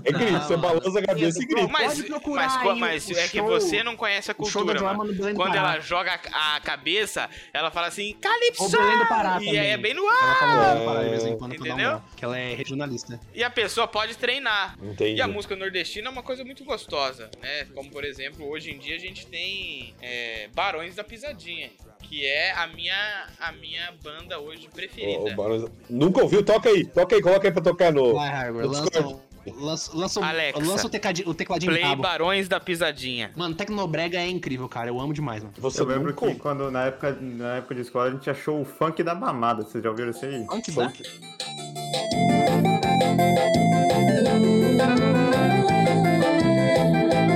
S2: É
S4: Não,
S2: grito, você
S4: mano.
S2: balança a cabeça e
S4: Pedro,
S2: grita.
S1: Mas,
S4: Pode procurar
S1: mas,
S4: aí
S1: mas
S4: o
S1: é que
S4: show-
S1: você não conhece a
S4: O show da
S1: cultura, mano.
S4: Joelma no Belém do
S1: Quando ela
S4: Pará.
S1: joga a a cabeça, ela fala assim,
S4: Ou
S1: Calypso!
S4: Belém do Pará
S1: E aí é
S4: também.
S1: bem no ar.
S4: Ela fala do Pará de vez em quando pra dar um
S1: Ah, Entendeu?
S4: nó, que ela é regionalista.
S1: E a pessoa pode treinar.
S2: Entendi.
S1: E a música nordestina é uma coisa muito gostosa, né? Como, por exemplo, hoje em dia a gente tem é, Barões da Pisadinha, que é a minha, a minha banda hoje
S2: Ô, ô,
S1: preferida.
S2: balança- Nunca ouviu? Toca aí, toca aí, coloca aí pra tocar no.
S4: Vai, Igor,
S2: no
S4: lança, um-
S2: Discord.
S4: lança, lança, o-
S1: Alexa,
S4: lança o, tecadi- o tecladinho no
S1: Play
S4: cabo.
S1: Barões da Pisadinha.
S4: Mano, Tecnobrega é incrível, cara. Eu amo demais, mano.
S2: Você
S3: Eu lembro
S2: nunca
S3: que quando, na, época, na época de escola a gente achou o funk da mamada. Vocês já ouviram isso aí?
S4: Funk
S2: Funk.
S4: Black?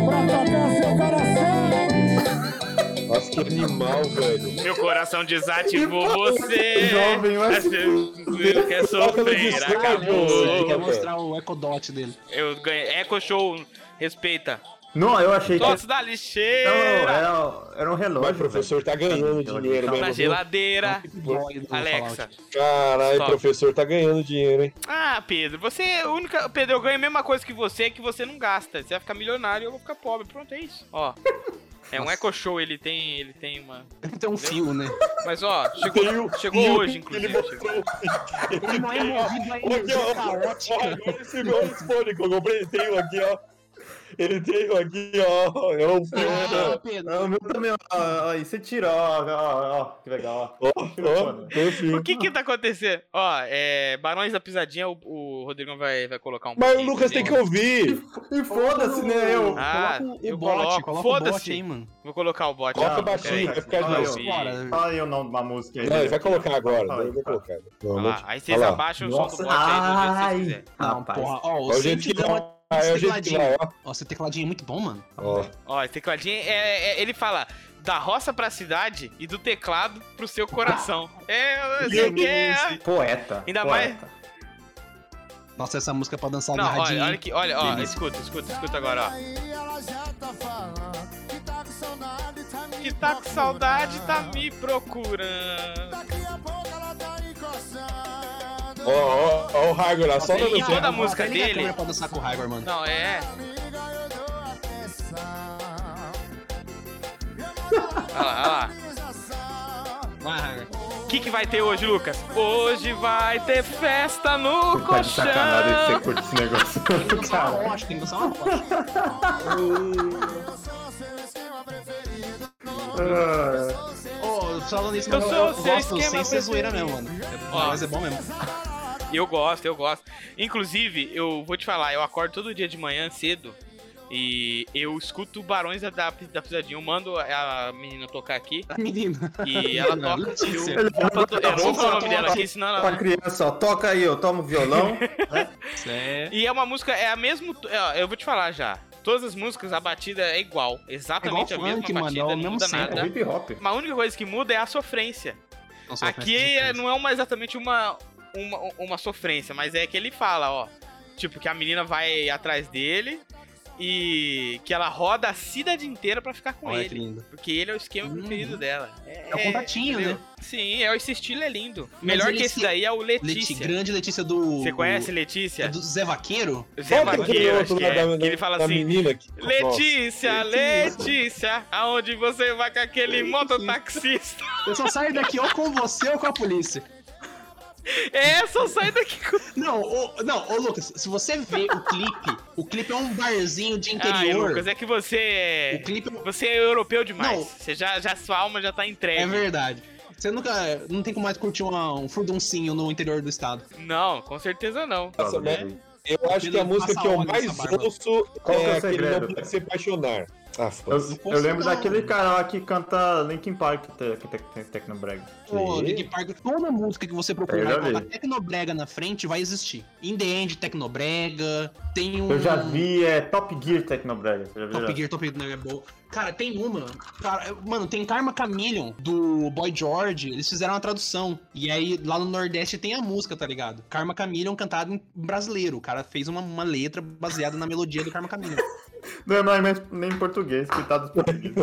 S5: Pra tocar seu coração.
S2: ouviu? Nossa, que animal, velho.
S1: Meu coração desativou você.
S3: Jovem, eu acho
S1: eu quer
S2: Toca no
S1: sofrer,
S2: Discord,
S1: acabou.
S2: ô,
S4: Ele quer
S2: cara.
S4: mostrar o Echo Dot dele.
S1: Eu ganhei. Eco Show, respeita.
S3: Não, eu achei que.
S1: Todos da
S3: Não,
S1: lixeira.
S3: era, era um relógio.
S2: Mas, professor, tá ganhando
S3: Então,
S2: dinheiro
S3: então,
S2: mesmo.
S1: Na
S2: viu?
S1: geladeira.
S4: Boy do
S1: Alexa.
S4: Fallout.
S2: Caralho,
S1: Stop.
S2: professor, tá ganhando dinheiro, hein?
S1: Ah, Pedro, você é a única. Pedro, eu ganho a mesma coisa que você, que você não gasta. Você vai ficar milionário e eu vou ficar pobre. Pronto, é isso. Ó. É um eco show, ele tem. Ele tem uma.
S4: Tem um fio, né?
S1: Mas ó, chegou, chegou hoje, inclusive. chegou.
S4: Ele não é movido a
S2: Aqui, ó.
S4: energia caótica.
S2: Olha esse meu fone que eu comprei, ele tem um aqui, ó. Ele tem um aqui, ó. É um
S4: Ah,
S2: fone.
S4: Pedro.
S3: Ah, o meu também, ó, ó, ó, e você tira, ó, ó, ó, que legal, ó.
S2: Ó, ó, tem um fio.
S1: O que que tá acontecendo? Ó, é. Barões da Pisadinha, o, o Rodrigo vai, vai colocar um.
S2: Mas o
S1: pouquinho,
S2: Lucas tem que
S1: entendeu?
S2: ouvir.
S3: E foda-se, né, eu.
S1: Ah,
S4: Coloca o
S1: eu
S4: bot,
S1: coloco.
S4: coloca o bot
S1: Foda-se.
S4: aí, mano.
S1: Vou colocar o bot.
S2: Coloca
S1: Ah,
S2: baixinho,
S1: peraí.
S2: vai ficar
S1: Olha
S3: de
S1: eu-
S4: Bora.
S3: Fala aí o nome de uma música aí.
S2: Não, ele vai
S3: Direto.
S2: colocar agora.
S3: Fala aí,
S2: Ele vai
S3: fala.
S2: colocar. É
S1: Olha lá,
S2: Normalmente.
S1: Aí vocês
S2: Olha lá.
S1: abaixam o som do
S3: Nossa,
S1: bot aí do jeito que vocês
S3: ai,
S1: quiserem.
S4: Não,
S3: rapaz.
S4: porra. Ó,
S2: Olha
S4: o
S2: o jeito que
S4: Sentidão
S2: vai. Ah, é o jeito que vai, ó.
S4: Ó, esse tecladinho é muito bom, mano.
S2: Ó,
S1: Ó, esse tecladinho, é, é- ele fala da roça pra cidade e do teclado pro seu coração. É, eu sei que é.
S3: Poeta.
S1: Ainda
S3: poeta.
S4: Nossa, essa música é pra dançar
S1: Não, olha,
S4: agarradinho.
S1: olha aqui, olha, ó,
S4: Delícia.
S1: escuta, escuta, escuta agora, ó.
S5: Aí ela já tá falando que tá com saudade, tá me
S1: Que tá com saudade, tá me procurando.
S5: Daqui a pouco ela tá encostando.
S2: Ó, ó, ó o Hagora, só
S1: Tem
S2: dando
S1: em toda a
S2: tempo.
S1: música
S4: Liga A
S1: dele.
S4: câmera pra dançar com o Hagor, mano.
S1: Não, é.
S5: Amiga, eu dou atenção.
S1: Olha lá, olha lá.
S4: Vai, Hagor.
S1: O que, que vai ter hoje, Lucas? Hoje vai ter festa no
S3: Tá de
S1: colchão.
S3: sacanagem que você curte esse negócio.
S4: Tem que dançar uma rocha, tem que dançar uma rocha.
S3: Ah,
S4: Ô, falando isso,
S1: Eu
S4: mano,
S1: sou
S4: eu,
S1: o seu
S4: gosto
S1: esquema
S4: sem ser
S1: preferido.
S4: zoeira mesmo, mano.
S1: Ó.
S4: Mas é bom mesmo.
S1: Eu gosto, eu gosto. Inclusive, eu vou te falar, eu acordo todo dia de manhã cedo e eu escuto Barões da, da, da Pisadinha. Eu mando a menina tocar aqui
S4: Menina.
S1: e ela
S4: Menina,
S1: toca. assim, Eu,
S4: Letícia.
S1: eu, não vou falar o nome dela aqui, senão
S3: Ah, Pra
S1: ela.
S3: criança, ó, toca aí, eu tomo violão.
S4: Isso é.
S1: E é uma música, é a mesma. é, ó, Eu vou te falar já. Todas as músicas, a batida é igual. Exatamente
S4: É igual
S1: a
S4: funk,
S1: mesma
S4: mano,
S1: batida,
S4: é o
S1: não
S4: mesmo
S1: muda
S4: sample.
S1: nada.
S3: É hip hop.
S1: Mas A única coisa que muda é a sofrência.
S4: Não sou
S1: Aqui
S4: fã de
S1: é-
S4: funk.
S1: não é uma, exatamente uma, uma, uma sofrência, mas é que ele fala, ó. Tipo, que a menina vai atrás dele e que ela roda a cidade inteira pra ficar com
S4: Olha que
S1: ele.
S4: lindo.
S1: Porque ele é o esquema
S4: Uhum.
S1: preferido dela.
S4: É o contatinho,
S1: entendeu?
S4: né?
S1: Sim, é, esse estilo é lindo.
S4: Mas
S1: Melhor
S4: ele
S1: que esse
S4: se-
S1: daí é o
S4: Leti,
S1: Letícia.
S4: grande Letícia do.
S1: Você conhece
S4: é
S1: Letícia?
S4: do Zé Vaqueiro?
S1: Zé
S2: Volta aquele
S1: Vaqueiro, acho
S2: outro
S1: que
S2: lá
S1: é.
S2: da-
S1: Que ele fala
S2: da
S1: assim,
S2: menina que-
S1: Letícia,
S4: Letícia.
S1: Letícia, aonde você vai com aquele mototaxista?
S4: Eu só saio daqui ou com você ou com a polícia.
S1: É, só sai daqui com
S4: Não, ô, não, ô Lucas, se você vê o clipe, o clipe é um barzinho de
S1: Ai,
S4: interior.
S1: Lucas, é que você é.
S4: O clipe é-
S1: Você é europeu demais.
S4: Não.
S1: Você já, já sua alma já tá
S4: é
S1: entregue.
S4: verdade. Você nunca. Não tem como mais curtir uma- um furduncinho no interior do estado.
S1: não, com certeza não.
S2: Nossa,
S4: né?
S2: mas
S3: É.
S1: Tá
S2: eu acho que a música que eu mais ouço
S3: Qual que é o
S2: é aquele
S3: segredo,
S2: Não Pode
S3: cara?
S2: Se Apaixonar. Ah, foda
S3: Eu,
S4: consigo
S3: eu lembro
S4: não.
S3: daquele canal que canta Linkin Park, que tem te, Tecnobrega.
S4: Pô, Linkin Park, toda música que você
S3: Eu
S4: procurar
S3: já
S4: e colocar
S3: vi.
S4: Tecnobrega na frente vai existir. In the End, Tecnobrega, tem um...
S3: Eu já vi é, Top Gear Tecnobrega. Você já viu?
S4: Top Gear, Top Gear é bom. Cara, tem uma. Cara, eu- mano, tem Karma Chameleon do Boy George. Eles fizeram uma tradução. E aí, lá no Nordeste tem a música, tá ligado? Karma Chameleon cantado em brasileiro. O cara fez uma, uma letra baseada na melodia do Karma Chameleon.
S3: Normalmente é nem em português, coitado dos portugueses.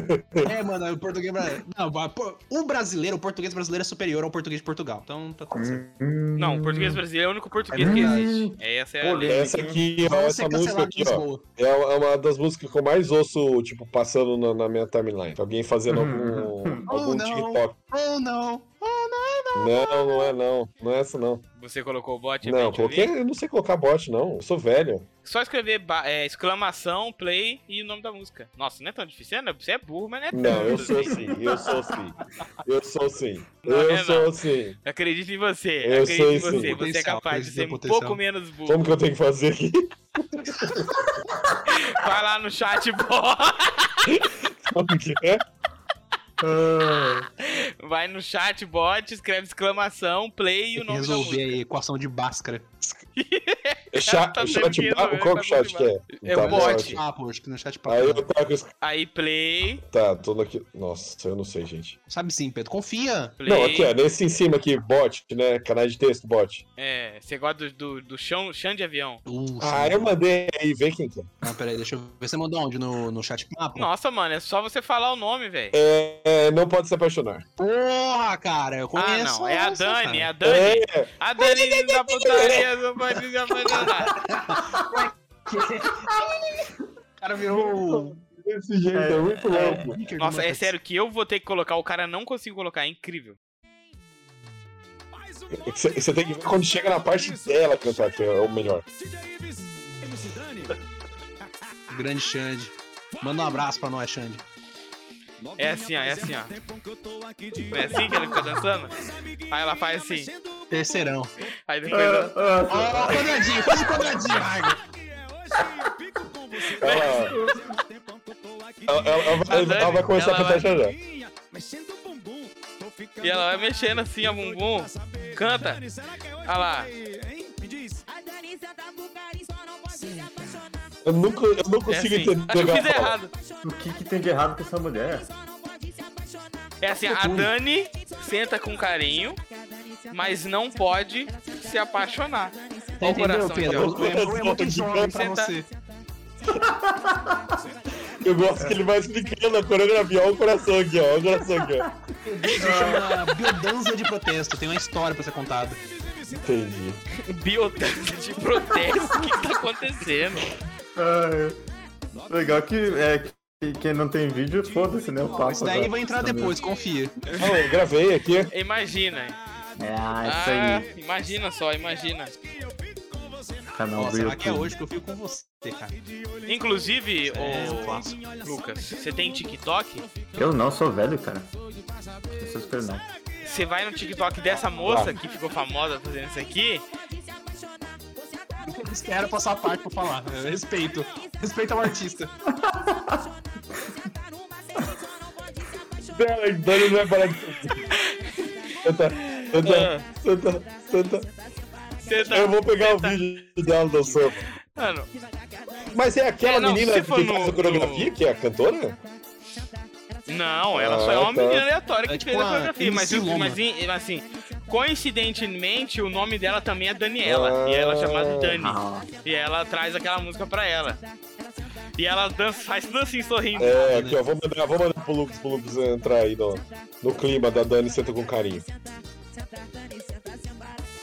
S4: é, mano, o português. brasileiro- Não, mas, pô, o brasileiro, o português brasileiro é superior ao português de Portugal. Então tá
S2: Hum.
S4: tudo certo.
S1: Não, o português brasileiro é o único português
S3: É
S1: que
S3: verdade.
S1: existe. É, Essa é a
S3: Olha.
S1: lei.
S2: Essa aqui, ó,
S4: Vamos
S2: essa
S4: ser
S2: música
S4: cancelados
S2: aqui,
S4: de
S2: ó.
S4: Lisboa.
S2: É uma é uma das músicas que eu mais ouço, tipo, passando na, na minha timeline. Alguém fazendo
S3: Hum.
S2: algum, algum
S4: Oh, não.
S2: TikTok.
S4: Oh, não. Oh, não.
S2: Não, não é não. Não é essa não.
S1: Você colocou o bot? é
S2: Não,
S1: repente,
S2: porque
S1: eu vi.
S2: eu não sei colocar bot, não. Eu sou velho.
S1: Só escrever ba- é, exclamação, play e o nome da música. Nossa, não é tão difícil, né? Você é burro, mas não é
S2: Não, eu
S1: tanto,
S2: sou
S1: assim.
S2: sim, eu sou sim. Eu sou sim.
S1: Não,
S2: eu
S1: é
S2: sou sim.
S1: Acredito em você.
S2: Eu assim.
S1: acredito em
S2: sei,
S1: você.
S2: sim.
S1: Você é
S4: Potencial,
S1: capaz de
S4: acredito
S1: ser
S4: no
S1: um
S4: potencial.
S1: pouco menos burro.
S2: Como que eu tenho que fazer aqui?
S1: Vai lá no chat, bot.
S2: Como que é?
S3: Ah,
S1: Vai no chat, bot, escreve exclamação, play e o
S4: Tem que
S1: nome da
S4: resolver
S1: música.
S4: a equação de Bhaskara.
S2: É cha-
S1: tá
S2: chat
S1: tremendo,
S2: ba-
S1: velho,
S2: Qual
S1: tá
S2: que chat que é?
S1: É
S2: Tá,
S1: o bot.
S2: ótimo.
S4: Ah, pô, acho que no chat papo.
S2: Aí eu coloco. esse-
S1: Aí, play,
S2: Tá, tô aqui. Nossa, eu não sei, gente.
S4: Sabe sim, Pedro. Confia.
S1: play.
S2: Não, aqui, ó, nesse em cima aqui, bot, né? Canal de texto, bot.
S1: É, você gosta do, do, do chão, chão de avião.
S4: Uh,
S2: Ah, eu mandei aí, vê quem que é.
S4: Não, Ah, peraí, deixa eu ver. Você mandou onde? No, no chat papo?
S1: Nossa, mano, é só você falar o nome, velho.
S2: É, não pode se apaixonar.
S4: Porra, cara, eu
S1: Ah,
S4: conheço.
S1: não, é a
S4: essa, cara.
S1: Dani, é a
S2: É,
S1: Dani. A Dani da putaria, não pode se apaixonar.
S4: O cara virou.
S2: desse jeito, é, muito louco.
S1: Nossa, é sério que eu vou ter que colocar, o cara não consigo colocar, é incrível. é.
S2: Você tem que ver quando chega na parte dela cantar, que é o melhor.
S4: Grande Xande. Manda um abraço pra nós, Xande.
S1: É assim, ó, é assim, ó. Não é assim que ela fica dançando? Aí ela faz assim,
S4: Terceirão.
S1: aí depois... ela-
S4: Ó,
S3: ah,
S4: ó, quadradinho, quase quadradinho. Ai,
S2: Ela, ela- ela- É, ela vai-
S1: A Dani,
S2: ela vai começar
S1: ela
S2: a cantar já já.
S1: E ela vai mexendo assim, a bumbum. Canta. Olha lá.
S2: Eu nunca, eu não
S1: É
S2: consigo
S1: assim. Acho
S2: entender.
S1: que eu
S2: ela
S1: fiz
S2: fala.
S1: errado.
S3: Ah, o que, que tem de errado com essa mulher?
S1: É assim, a Dani senta com carinho, mas não pode se apaixonar.
S4: Tá
S1: Olha o
S4: entendendo,
S1: coração,
S4: Pedro?
S1: então.
S4: O problema que joga pra
S1: Senta.
S4: você.
S2: Eu gosto que ele vai explicando a coreografia. Olha o coração aqui, ó. Olha o coração aqui, ó.
S4: Isso chama biodança de protesto. Tem uma história pra ser contada.
S2: Entendi.
S1: Biotanque de protesto, o que que tá acontecendo?
S3: Ai, legal que, Ah, é, que quem não tem vídeo, foda-se, né? O papo
S4: Isso daí
S3: agora.
S4: vai entrar depois, confia.
S2: Ah, eu gravei aqui.
S1: Imagina.
S3: Ah, isso
S1: Ah,
S3: aí.
S1: imagina só, imagina. Ah.
S3: Canal
S4: Ó,
S3: do
S4: será que é
S3: YouTube.
S4: hoje que eu fico com você, cara?
S1: Inclusive,
S4: É,
S1: ô,
S4: eu faço.
S1: Lucas, você tem TikTok?
S3: Eu não sou velho, cara. Essas coisas não.
S1: Você vai no TikTok dessa moça que ficou famosa fazendo isso aqui?
S4: Espero passar a parte pra falar. Eu respeito. Respeito ao artista.
S2: Dela, então ele vai parar de. Senta,
S1: Ah.
S2: senta, senta, senta.
S1: Você tá-
S2: Eu vou pegar o
S1: você tá-
S2: vídeo dela dançando.
S1: Mano,
S2: Mas é aquela
S1: É, não,
S2: menina
S1: se
S2: que
S1: for
S2: faz
S1: no-
S2: a coreografia,
S1: no-
S2: que é a cantora?
S1: não, ela só é
S2: Ah,
S1: uma
S2: tá.
S1: menina aleatória que
S4: É tipo
S1: fez a
S4: uma
S1: coreografia, mas,
S4: MC Loma.
S1: mas em- mas assim, coincidentemente o nome dela também é Daniela,
S2: Ah.
S1: e ela é chamada Dani,
S3: Ah,
S1: e ela traz aquela música pra ela. E ela dança, faz dancinha sorrindo.
S2: É, aqui, ó. Vou mandar, vou mandar pro Lucas, pro Lucas entrar aí no, no clima da Dani Senta com Carinho.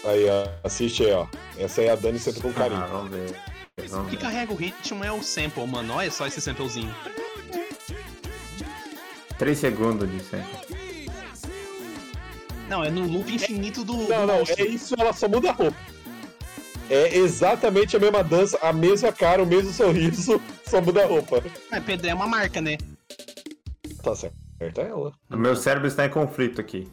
S2: Aí, ó. Assiste aí, ó. Essa aí é a Dani Senta com
S3: ah,
S2: Carinho.
S3: vamos ver.
S4: O
S3: Vamos
S4: que
S3: ver.
S4: carrega o ritmo é o sample, mano. Olha só esse samplezinho.
S3: Três segundos disso aí.
S4: Não, é no loop infinito do.
S2: Não,
S4: do
S2: não,
S4: monstro.
S2: é isso, ela só muda a roupa. É exatamente a mesma dança, a mesma cara, o mesmo sorriso, só muda a roupa.
S4: É, Pedro, é uma marca, né?
S2: Tá certo, é ela.
S3: O meu cérebro está em conflito aqui.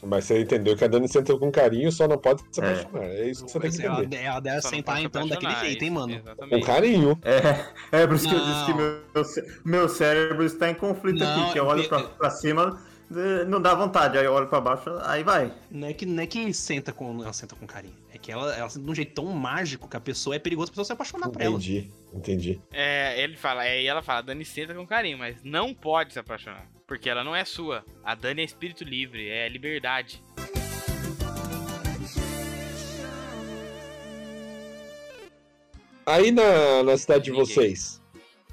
S2: Mas você entendeu que a Dani sentou com carinho, só não pode se
S3: É.
S2: apaixonar. É, isso que você tem que
S4: Pois é, ela,
S2: entender.
S4: de- ela deve
S1: Só não
S4: sentar
S1: pode se
S4: então daquele
S1: apaixonar,
S4: jeito, hein, mano?
S2: Com
S1: Exatamente.
S2: carinho.
S3: É, é por isso que eu disse
S4: Não.
S3: que meu, cé- meu cérebro está em conflito
S4: Não,
S3: aqui, que eu olho
S4: eu-
S3: pra, pra cima, eh, não dá vontade, aí eu olho pra baixo, aí vai.
S4: Não é que, não é que senta com, ela senta com carinho. É que ela, ela senta de um jeito tão mágico que a pessoa é perigoso a pessoa se apaixonar por ela.
S2: Entendi, entendi.
S1: É, ele fala, é, e ela fala, a Dani senta com carinho, mas não pode se apaixonar. Porque ela não é sua. A Dani é espírito livre, é liberdade.
S2: Aí na, na cidade de
S1: Ninguém.
S2: vocês,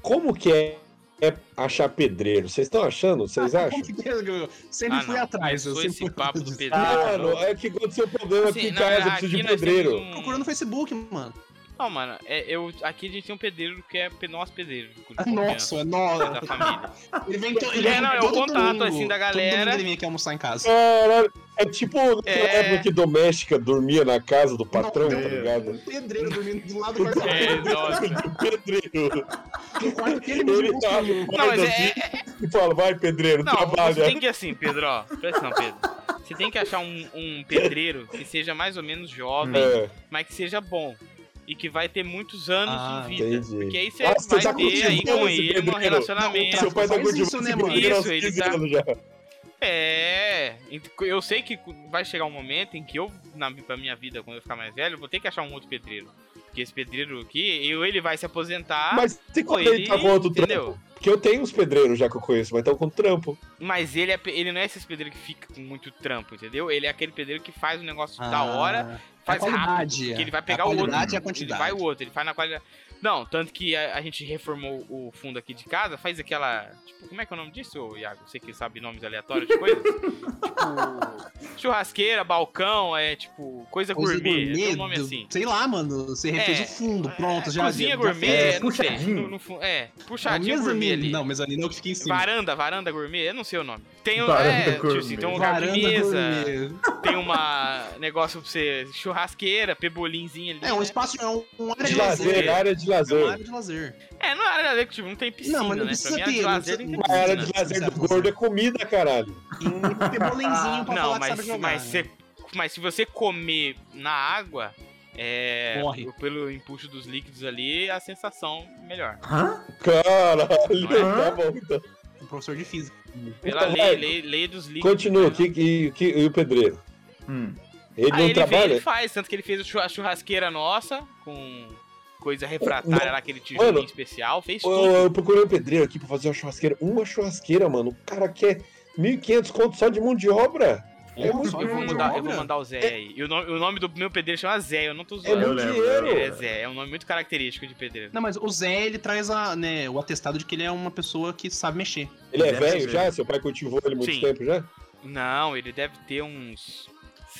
S2: como que é, é achar pedreiro? Vocês estão achando? Vocês
S1: é
S2: acham?
S4: Ah, Eu sempre
S1: Ah,
S4: fui
S1: não.
S4: atrás. Eu
S1: Começou
S4: sempre
S1: esse
S4: fui
S1: papo
S4: atrás
S1: do
S4: disso.
S1: Pedro.
S4: Ah,
S1: Ah,
S2: Mano, é que aconteceu um problema aqui
S1: Assim,
S2: em
S1: na-
S2: casa, eu preciso de um
S1: nós temos
S2: pedreiro.
S1: um-
S4: Procura no Facebook, mano.
S1: Não, mano, é, eu, aqui a gente tem um pedreiro que é pe- nosso pedreiro. de confiança,
S4: Nossa,
S1: Da
S4: é nossa.
S1: família.
S4: Ele vem todo.
S1: É, não, é o contato, assim, da galera.
S4: Todo domingo ele vem aqui almoçar em casa.
S2: Caralho, é tipo na
S1: É.
S2: época que doméstica dormia na casa do patrão,
S4: Não,
S2: tá ligado?
S4: Um pedreiro dormindo do lado do quarto.
S1: É, nossa.
S2: pedreiro.
S4: Do quarto dele
S2: Ele
S4: mesmo.
S2: tá no
S1: Não, mas
S2: quarto
S1: é,
S2: assim e fala, vai pedreiro,
S1: Não, você
S2: trabalha.
S1: tem que assim, Pedro, ó. Presta atenção, Pedro. Você tem que achar um, um pedreiro que seja mais ou menos jovem,
S2: É,
S1: mas que seja bom. E que vai ter muitos anos
S4: Ah,
S1: de vida. Porque
S2: entendi.
S1: aí você
S2: Ah, você
S1: vai
S2: tá
S1: ter aí
S2: cultivando
S1: com
S2: esse
S1: ele um
S2: pedreiro.
S1: relacionamento.
S2: Seu pai tá
S4: Faz
S2: curtindo
S4: isso, né, mano?
S2: pedreiro aos
S1: Isso, ele
S2: 15
S1: tá-
S2: anos já.
S1: É, ent- eu sei que vai chegar um momento em que eu, na pra minha vida, quando eu ficar mais velho, eu vou ter que achar um outro pedreiro. Porque esse pedreiro aqui, eu, ele vai se aposentar.
S2: Mas tem
S1: ou
S2: quando ele tá com outro trampo.
S1: Ah, entendeu?
S2: Porque eu tenho uns pedreiros já que eu conheço, mas estão com trampo.
S1: Mas ele, é, pe- ele não é esse pedreiro que fica com muito trampo, entendeu? Ele é aquele pedreiro que faz um negócio da
S4: Ah.
S1: hora, faz rápido.
S4: É qualidade.
S1: Que ele vai
S4: A
S1: pegar o outro.
S4: qualidade e a
S1: Ele
S4: quantidade.
S1: vai o outro, ele faz na qualidade. Não, tanto que a, a gente reformou o fundo aqui de casa, faz aquela. Tipo, como é que é o nome disso, ô, Iago? Você que sabe nomes aleatórios de coisas? tipo. Churrasqueira, balcão, é tipo. Coisa
S4: Coisa
S1: gourmet.
S4: gourmet
S1: Tem um nome
S4: do-
S1: assim.
S4: Sei lá, mano. Você refez
S1: É,
S4: o fundo, pronto.
S1: É,
S4: Já
S1: Cozinha
S4: já-
S1: gourmet,
S3: é,
S1: não sei,
S3: puxadinho.
S1: no- no fu- é,
S4: já-
S1: puxadinho
S4: Não,
S1: gourmet ali.
S4: Não, mezanino é o que fica em cima.
S1: Varanda, varanda gourmet, eu não sei o nome. Tem, um,
S3: Varanda
S1: é, tipo
S3: gourmet.
S1: assim, tem um lugar de mesa,
S4: gourmet.
S1: tem uma negócio pra você, churrasqueira, pebolinzinho ali.
S4: É, um
S1: né?
S4: espaço, é um, um área
S2: De
S4: de
S1: lazer.
S4: lazer.
S2: lazer, né? área de
S4: É uma
S2: lazer.
S4: área de lazer.
S1: É, não era ver que tipo, não tem piscina,
S4: Não, mas não
S1: né? Pra
S4: precisa
S1: mim, área de
S4: ter, não
S1: lazer tem
S4: precisa-
S2: A área de
S1: piscina.
S2: lazer do gordo é comida, caralho.
S4: E um pebolenzinho pra falar
S1: Ah, Não,
S4: que sabe
S1: mas,
S4: jogar.
S1: mas,
S4: né?
S1: você- mas se você comer na água, é,
S4: Morre.
S1: pelo impulso dos líquidos ali, a sensação melhor.
S3: Hã?
S2: Caralho,
S1: Não
S3: é?
S2: tá bom, então.
S4: Um Professor de física.
S1: Pela
S2: Então,
S1: lei,
S2: vai.
S1: lei, lei dos líquidos. né?
S2: Continua, que, que, que- e o pedreiro?
S3: Hum.
S2: Ele
S1: Aí
S2: não
S1: Ah, ele, vem,
S2: trabalha?
S1: ele faz, tanto que ele fez o chu- a churrasqueira nossa, com coisa refratária lá, aquele tijolinho
S2: Mano,
S1: especial, fez
S2: Ô,
S1: tudo.
S2: Eu, procurei um pedreiro aqui pra fazer uma churrasqueira. Uma churrasqueira, mano. O cara quer 1.500 conto só de mão de obra. É muito
S1: eu, vou
S2: grande,
S1: mandar, eu
S2: obra.
S1: vou mandar o Zé aí. E o nome, o nome do meu pedreiro chama Zé, eu não tô
S2: É
S1: zoando.
S3: Eu
S2: muito
S3: lembro,
S2: dinheiro.
S1: Ele é Zé, é um nome muito característico de pedreiro.
S4: Não, mas o Zé, ele traz a, né, o atestado de que ele é uma pessoa que sabe mexer.
S2: Ele é
S3: Deve
S2: velho
S3: ser.
S2: já? Seu pai cultivou ele muito
S1: Sim.
S2: tempo já?
S1: Não, ele deve ter uns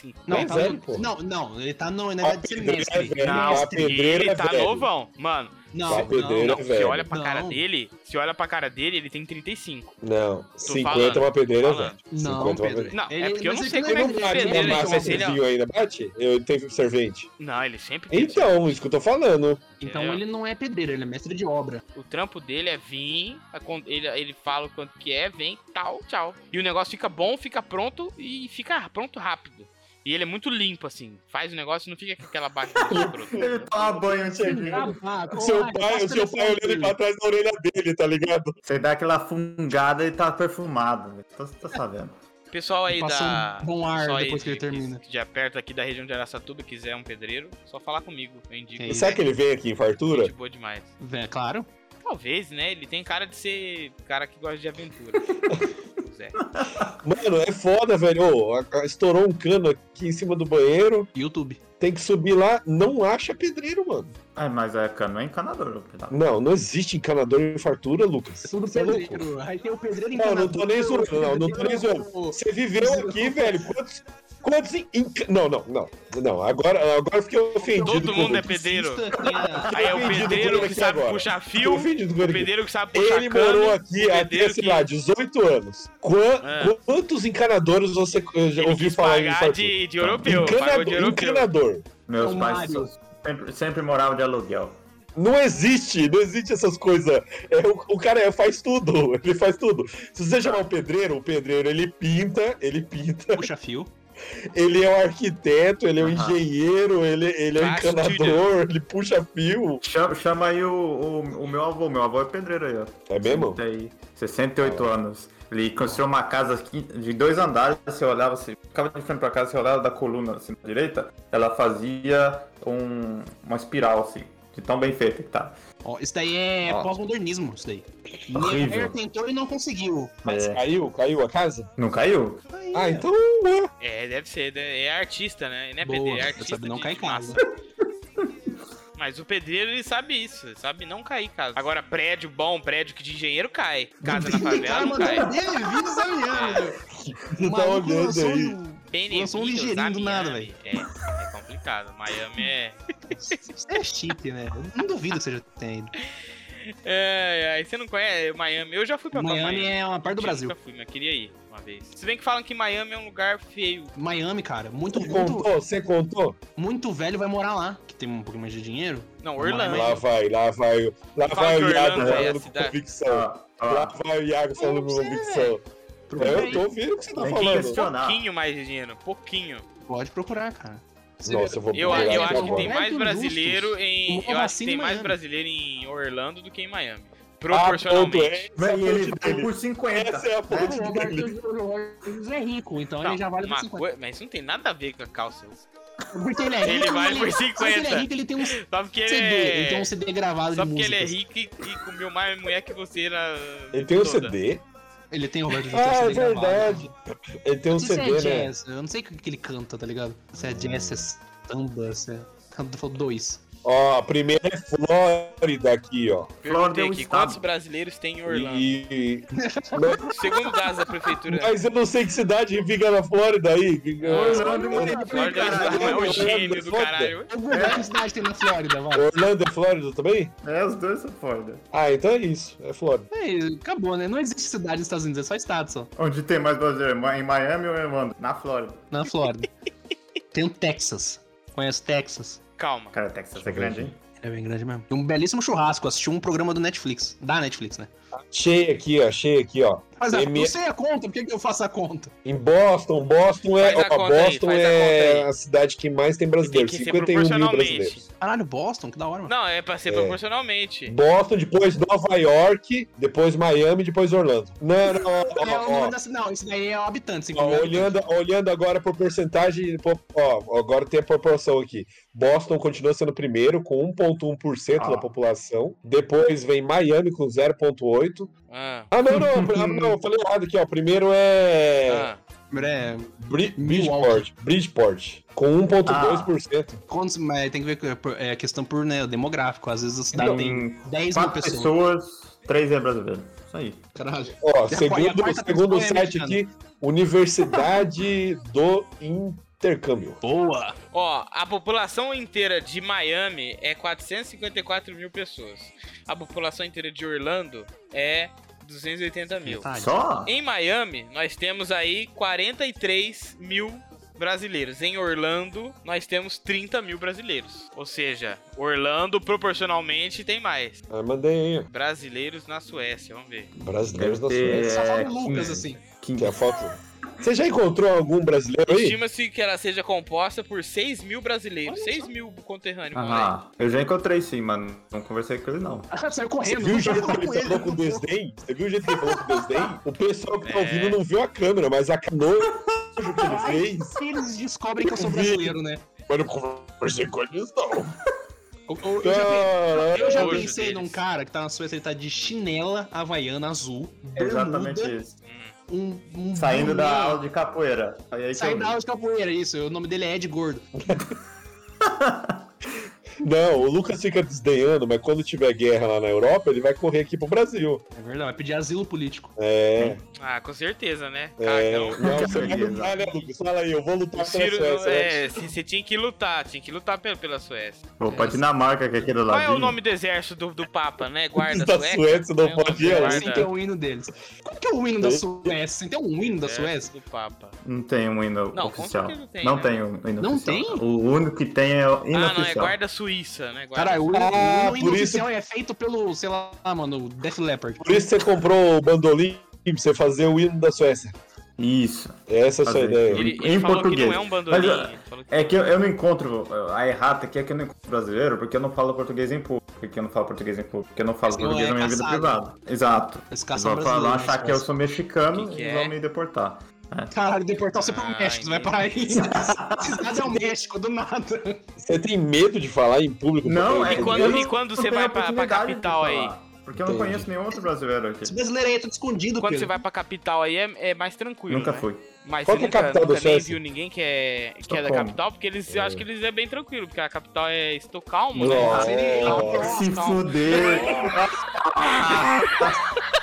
S1: 50.
S4: Não,
S2: Bem
S4: tá
S2: velho,
S4: no-
S2: é, pô.
S4: não, não, ele tá no, na idade de ser
S2: pedreiro é
S4: mestre.
S2: velho,
S1: Não,
S2: a pedreira
S1: ele
S2: é
S1: tá
S2: velho.
S1: novão. Mano,
S4: Não,
S2: Só pedreiro. é
S1: não,
S4: não.
S1: se
S2: velho.
S1: olha pra cara
S4: Não.
S1: dele, se olha pra cara dele, ele tem 35.
S2: Não,
S1: falando,
S2: 50 é uma pedreira,
S1: falando.
S2: velho. 50 é
S4: Não,
S2: uma
S4: Pedro.
S2: pedreira.
S1: Não, é porque eu
S4: mas
S1: não
S4: ele
S1: sei
S4: não
S1: como é
S4: é
S1: que
S2: Não bate
S1: pedreiro,
S2: uma
S1: ele é
S2: massa
S1: jovem, ele é-
S2: vinho ainda, bate? Eu tenho servente.
S1: Não, ele sempre teve.
S2: Então, isso que eu tô falando.
S4: Então
S1: É.
S4: ele não é pedreiro, ele é mestre de obra.
S1: O trampo dele é vir, a con- ele, ele fala o quanto que é, vem, tal, tchau. E o negócio fica bom, fica pronto e fica pronto rápido. E ele é muito limpo, assim. Faz o negócio e não fica com aquela baixa de escroto.
S3: Ele tá toma banho antes de vir.
S4: Caraca,
S2: seu
S4: ah,
S2: pai,
S4: passa
S2: o seu pai
S4: telefone
S2: olhando
S4: dele.
S2: pra trás da orelha dele, tá ligado?
S3: Você dá aquela fungada e tá perfumado. né? Tô, tô sabendo.
S1: Pessoal aí
S4: Passa
S1: da.
S4: um bom ar
S1: pessoal aí
S4: depois que ele
S1: de-
S4: termina.
S1: De aperto aqui da região de Araçatuba, quiser um pedreiro, só falar comigo. Eu indico.
S4: Sim.
S2: E será que ele vem aqui em fartura?
S1: Gente boa demais.
S4: Vé, claro.
S1: Talvez, né? Ele tem cara de ser cara que gosta de aventura. O Zé.
S2: Mano, é foda, velho. Ô, a- a- estourou um cano aqui em cima do banheiro.
S4: YouTube.
S2: Tem que subir lá. Não acha pedreiro, mano.
S3: Ah, mas é cano é encanador. Pedro.
S2: Não, não existe encanador em fartura, Lucas.
S4: Tudo
S2: Você é louco.
S4: pedreiro. Aí tem o pedreiro
S2: Não, não tô nem zoando, não, não tô nem zoando. Você viveu aqui, velho. Quantos. Quantos. en- enca- Não, não, não. Não, agora, agora eu fiquei ofendido.
S1: Todo
S2: com o
S1: mundo é
S2: Lucas.
S1: pedreiro.
S4: Pedreiro.
S1: Aí é o
S2: Ofendido
S1: pedreiro
S2: com tá ele
S1: que
S2: aqui
S1: sabe
S2: agora.
S1: puxar
S2: Fiquei
S1: fio, o
S2: ofendido com ele. aqui.
S1: pedreiro que sabe puxar
S2: Ele
S1: cano,
S2: morou aqui até,
S1: pedreiro
S2: sei
S1: que-
S2: lá, 18 anos. Qua-
S1: É.
S2: Quantos encanadores você eh, já
S1: ele
S2: ouviu
S1: quis
S2: falar em
S1: pagar
S2: fartura?
S1: de, de europeu. pagou de
S2: Encanador,
S1: europeu.
S2: encanador.
S3: Meus
S4: Ô,
S3: pais
S4: Mário.
S3: sempre, sempre moravam de aluguel.
S2: Não existe, não existe essas coisas. É, o, o cara é- faz tudo, ele faz tudo. Se você chamar o pedreiro, o pedreiro ele pinta, ele pinta,
S4: Puxa fio.
S2: ele é o arquiteto, ele é o
S3: Aham.
S2: engenheiro, ele, ele é o
S1: Faz
S2: encanador, ele puxa fio.
S3: Chama, chama aí o, o, o meu avô. Meu avô é pedreiro aí, ó.
S2: É mesmo?
S3: Tá aí, 68 anos. Ele construiu uma casa aqui de dois andares, você olhava, você ficava de frente pra casa, você olhava da coluna assim, da direita, ela fazia um- uma espiral, assim, de tão bem feita que tá.
S4: Ó, isso daí é
S3: Ó.
S4: pós-modernismo, isso daí. Niemeyer
S3: Horrível.
S4: tentou e não conseguiu.
S2: Mas
S3: É.
S2: caiu, caiu a casa?
S3: Não caiu?
S2: Ah, então
S1: É, deve ser. né? É artista, né? Ele não é
S4: Boa,
S1: pedreiro, é
S4: eu
S1: artista.
S4: sabe não
S1: de-
S4: cair
S1: de
S4: casa.
S1: massa. Mas o pedreiro, ele sabe isso. Ele sabe não cair casa. Agora, prédio bom, prédio que de engenheiro cai.
S4: Tá
S1: Casa na favela não
S4: um
S1: cai.
S4: bem-vindos a Miami.
S2: você tá olhando aí.
S1: Bem-vindos
S4: Lançou um ligeirinho
S1: a
S4: do nada,
S1: Miami. É, é complicado. Miami é...
S4: É chique, né? Não duvido que você já tenha ido.
S1: É, aí você não conhece Miami. Eu já fui pra pra
S4: Miami é uma parte do Brasil.
S1: Eu nunca fui, mas queria ir uma vez. Se bem que falam que Miami é um lugar feio.
S4: Miami, cara, muito,
S2: Você
S4: muito,
S2: contou? Você contou?
S4: muito velho vai morar lá, que tem um pouquinho mais de dinheiro.
S1: Não,
S4: Miami.
S1: Orlando.
S2: Lá vai, lá vai, lá
S1: Fala
S2: vai
S1: que
S2: o Iago
S1: Orlando é a
S2: falando com
S1: cidade.
S2: convicção.
S3: Ó,
S2: Lá
S3: ó,
S2: vai o Iago falando com
S4: Não sei.
S2: convicção. Eu tô ouvindo o que você tá
S3: tem que
S2: falando.
S3: questionar.
S1: Pouquinho mais de dinheiro, pouquinho.
S4: Pode procurar, cara.
S2: Nossa, eu vou
S1: Eu,
S2: procurar
S1: eu
S2: aqui
S1: acho que
S2: agora.
S1: tem mais
S4: Roberto
S1: brasileiro
S4: Justus.
S1: em.
S4: É Uma
S1: Eu acho que
S4: vacina
S1: tem
S4: em
S1: mais
S4: Miami.
S1: brasileiro em Orlando do que em Miami.
S2: A
S1: Proporcionalmente.
S2: ponto Ah, é,
S3: Véi, ele
S2: essa é a ponte
S3: foi
S2: dele.
S3: por 50.
S2: Essa é a
S4: O
S2: ponte dele.
S4: Roberto é rico, então
S1: Não,
S4: ele já vale por
S1: uma
S4: 50.
S1: coi- Mas isso não tem nada a ver com a calça.
S4: Porque ele é
S1: Ele vale por
S4: Porque ele
S1: 50.
S4: é rico, ele tem um CD.
S1: Só porque
S4: Ele
S1: ele
S4: tem
S1: é.
S4: um CD gravado
S1: Só
S4: de
S1: porque ele
S4: músicas.
S1: é rico e, e comeu mais mulher que você na.
S2: Ele tem um
S1: toda.
S2: CD.
S4: Ele tem o Roberto Justus.
S2: Ah,
S4: tem um
S2: é
S4: CD gravado.
S2: verdade. Ele tem um
S4: Não sei
S2: CD,
S4: se é
S2: né?
S4: jazz, eu não sei o que que ele canta, tá ligado? Se é jazz, se é samba, se é... Tanto falou dois.
S2: Ó, a primeira é Flórida aqui, ó.
S3: Flórida é
S1: Perguntei
S3: um
S1: aqui,
S3: estado.
S1: quantos brasileiros tem em Orlando?
S2: E.
S1: Segundo dados da prefeitura.
S2: Mas eu não sei que cidade fica na Flórida aí.
S3: Orlando, mano.
S1: Flórida é um estado, é um gênio do
S2: É.
S1: caralho.
S4: Eu vou ver que cidade tem na Flórida, vai.
S2: Orlando é Flórida também?
S3: É, os dois são foda.
S2: Ah, então é isso. É Flórida.
S4: É, acabou, né? Não existe cidade nos Estados Unidos, é só estado só.
S3: Onde tem mais brasileiro? Em Miami ou em Orlando? Na Flórida.
S4: Na Flórida. tem o Texas. Conhece o Texas?
S1: Calma.
S3: Cara, Texas é grande, hein?
S4: É bem grande mesmo. E um belíssimo churrasco. Assisti um programa do Netflix. Da Netflix, né?
S2: Cheia aqui, ó. Cheia aqui, ó.
S4: Mas eu
S2: M-
S4: não sei a conta, por que que eu faço a conta?
S2: Em Boston, Boston é.
S1: Faz a
S2: Ó,
S1: conta aí,
S2: Boston
S1: faz a
S2: é
S1: conta aí.
S2: a cidade que mais tem
S1: Tem
S2: brasileiro.
S1: que ser
S2: 51 mil
S1: proporcionalmente.
S2: brasileiros.
S4: Caralho, Boston, que da hora, mano.
S1: Não, é pra ser
S2: É.
S1: proporcionalmente.
S2: Boston, depois Nova York, depois Miami, depois Orlando. Não, não, ó, ó,
S4: é o
S2: ó,
S4: número da cidade. Não, isso daí é o habitante. cinco
S2: ó,
S4: mil habitantes.
S2: olhando, olhando agora por porcentagem, por- ó, agora tem a proporção aqui. Boston continua sendo primeiro, com 1,1%
S3: Ah.
S2: da população. Depois vem Miami com 0,8%.
S1: Ah,
S2: Ah, não, não, ah, não, eu falei errado aqui, ó. Primeiro é.
S1: ah.
S4: É,
S2: Bri-
S4: Milwaukee.
S2: Bridgeport. Bridgeport. Com 1,2%.
S4: quantos- mas tem que ver com é, a questão por né, demográfico. Às vezes a cidade
S3: Então,
S2: Hum,
S4: tem 10 mil
S3: Quatro
S4: pessoas.
S3: pessoas, três é brasileiro. Isso aí.
S4: Caralho.
S2: Ó,
S4: E a quarta- e a
S2: segundo,
S4: quarta
S2: segundo o
S4: pessoa é
S2: site aqui, Universidade do Intercâmbio.
S4: Boa!
S1: Ó, a população inteira de Miami é 454 mil pessoas. A população inteira de Orlando é 280 mil.
S4: Metade.
S3: Só?
S1: Em Miami, nós temos aí 43 mil brasileiros. Em Orlando, nós temos 30 mil brasileiros. Ou seja, Orlando proporcionalmente tem mais.
S2: Ah, mandei aí, ó.
S1: Brasileiros na Suécia, vamos ver.
S2: Brasileiros da
S3: Deve ter-
S2: Suécia.
S4: Só fala
S3: É,
S4: o Lucas,
S3: sim.
S4: assim.
S3: Quinze.
S2: Que é a foto. Você já encontrou algum brasileiro aí?
S1: Estima-se que ela seja composta por 6 mil brasileiros. 6 mil conterrâneos. né? moleque.
S3: Ah, eu já encontrei sim, mano. Não conversei com ele, não.
S4: Saiu
S2: Você
S4: correndo.
S2: viu o
S4: não
S2: jeito que
S4: falou
S2: ele falou com desdém? Você viu o jeito que ele falou com desdém? O pessoal
S4: É.
S2: que tá ouvindo não viu a câmera, mas a canoa que ele fez.
S4: Se eles descobrem que eu sou
S2: Vi.
S4: brasileiro, né?
S2: Mas não conversei com eles, não.
S4: Eu, eu- eu já vi-
S2: Caralho.
S4: eu já
S1: Nojo
S4: pensei
S1: deles.
S4: num cara que tá na Suécia, ele tá de chinela havaiana azul,
S3: Exatamente
S4: bermuda,
S3: isso.
S4: um, um
S3: Saindo
S4: boné.
S3: da aula de capoeira. Aí, é aí que eu
S4: Saindo
S3: vi.
S4: da aula de capoeira, isso. O nome dele é Ed Gordo.
S2: Não, o Lucas fica desdenhando, mas quando tiver guerra lá na Europa, ele vai correr aqui pro Brasil.
S4: É verdade, vai pedir asilo político.
S2: É.
S1: Ah, com certeza, né?
S2: é.
S1: Cagão.
S2: Não, você vai
S3: certeza.
S2: lutar, né, Lucas? Fala aí, eu vou lutar
S1: O
S2: pela
S1: Ciro,
S2: Suécia. né?
S1: é, você tinha que lutar, tinha que lutar pela, pela Suécia.
S3: Vou pra Dinamarca, que é aquele
S1: Qual
S3: lado.
S1: é o nome do exército do, do Papa, né? Guarda
S2: Da
S1: sueca?
S2: Suécia, não
S1: Né? O
S2: pode ir,
S3: É
S1: guarda-
S2: Verdade.
S4: Assim tem o hino deles. Como que é o hino da Suécia? Tem um
S1: É.
S4: hino da Suécia?
S1: Exército Do Papa.
S3: Não tem um hino
S1: Não, com
S3: oficial.
S1: certeza tem,
S3: não
S1: né?
S3: tem um hino
S4: Não
S3: oficial.
S4: tem?
S3: O único que tem é o hino
S1: ah, não, é
S3: oficial.
S1: guarda suíça, né? Guarda
S4: Cara, o hino,
S2: Ah,
S4: o hino
S2: por isso-
S4: oficial é feito pelo, sei lá, mano, Death Leopard.
S2: Por isso você comprou o bandolim pra você fazer o hino da Suécia.
S3: Isso.
S2: Essa é a sua
S3: Fazer
S2: ideia.
S1: ele, ele
S3: em
S1: falou que
S3: português.
S1: não é um bandolim.
S3: Mas,
S1: ele falou que-
S3: É que eu, eu não encontro. A errata aqui é que eu não encontro brasileiro porque eu não falo português em público. Porque eu não falo português em público. Porque eu não falo
S4: Mas não
S3: português
S4: é
S3: na minha vida
S4: caçado.
S3: privada. Exato.
S4: Esse
S3: Eles
S4: caça
S3: vão falar,
S4: brasileiro,
S3: achar
S4: né,
S3: que eu
S4: Suécia.
S3: sou mexicano
S1: Que que
S3: e
S1: é?
S3: vão me deportar.
S4: Caralho, deportar você é pro
S1: Ah,
S4: México, você vai
S1: entendi.
S4: parar aí. Esse estado é o México, do nada.
S2: Você tem medo de falar em público?
S3: Não, é
S1: E
S3: que
S1: quando-
S3: eu
S1: e
S3: não-
S1: quando
S3: não
S1: você
S3: tenho
S1: vai pra- pra
S3: oportunidade de
S1: capital aí?
S3: falar, Porque eu não
S2: Entendi.
S3: conheiro nenhum outro brasileiro aqui.
S4: Esse brasileiro aí é tudo escondido,
S1: Quando
S4: Pedro.
S1: você vai pra capital aí é, é mais tranquilo.
S3: Nunca
S1: né?
S3: fui.
S1: Mas
S2: Qual
S1: você
S2: que é
S1: nunca,
S2: a capital da
S1: nunca nem
S2: Suécia?
S1: viu ninguém que é, que é da
S3: Estocolmo.
S1: capital, porque eles eu acho que eles é bem tranquilo, porque a capital é Estocolmo, né?
S2: Nossa.
S1: Seria-
S2: Nossa.
S3: Se fuder!
S1: Ah!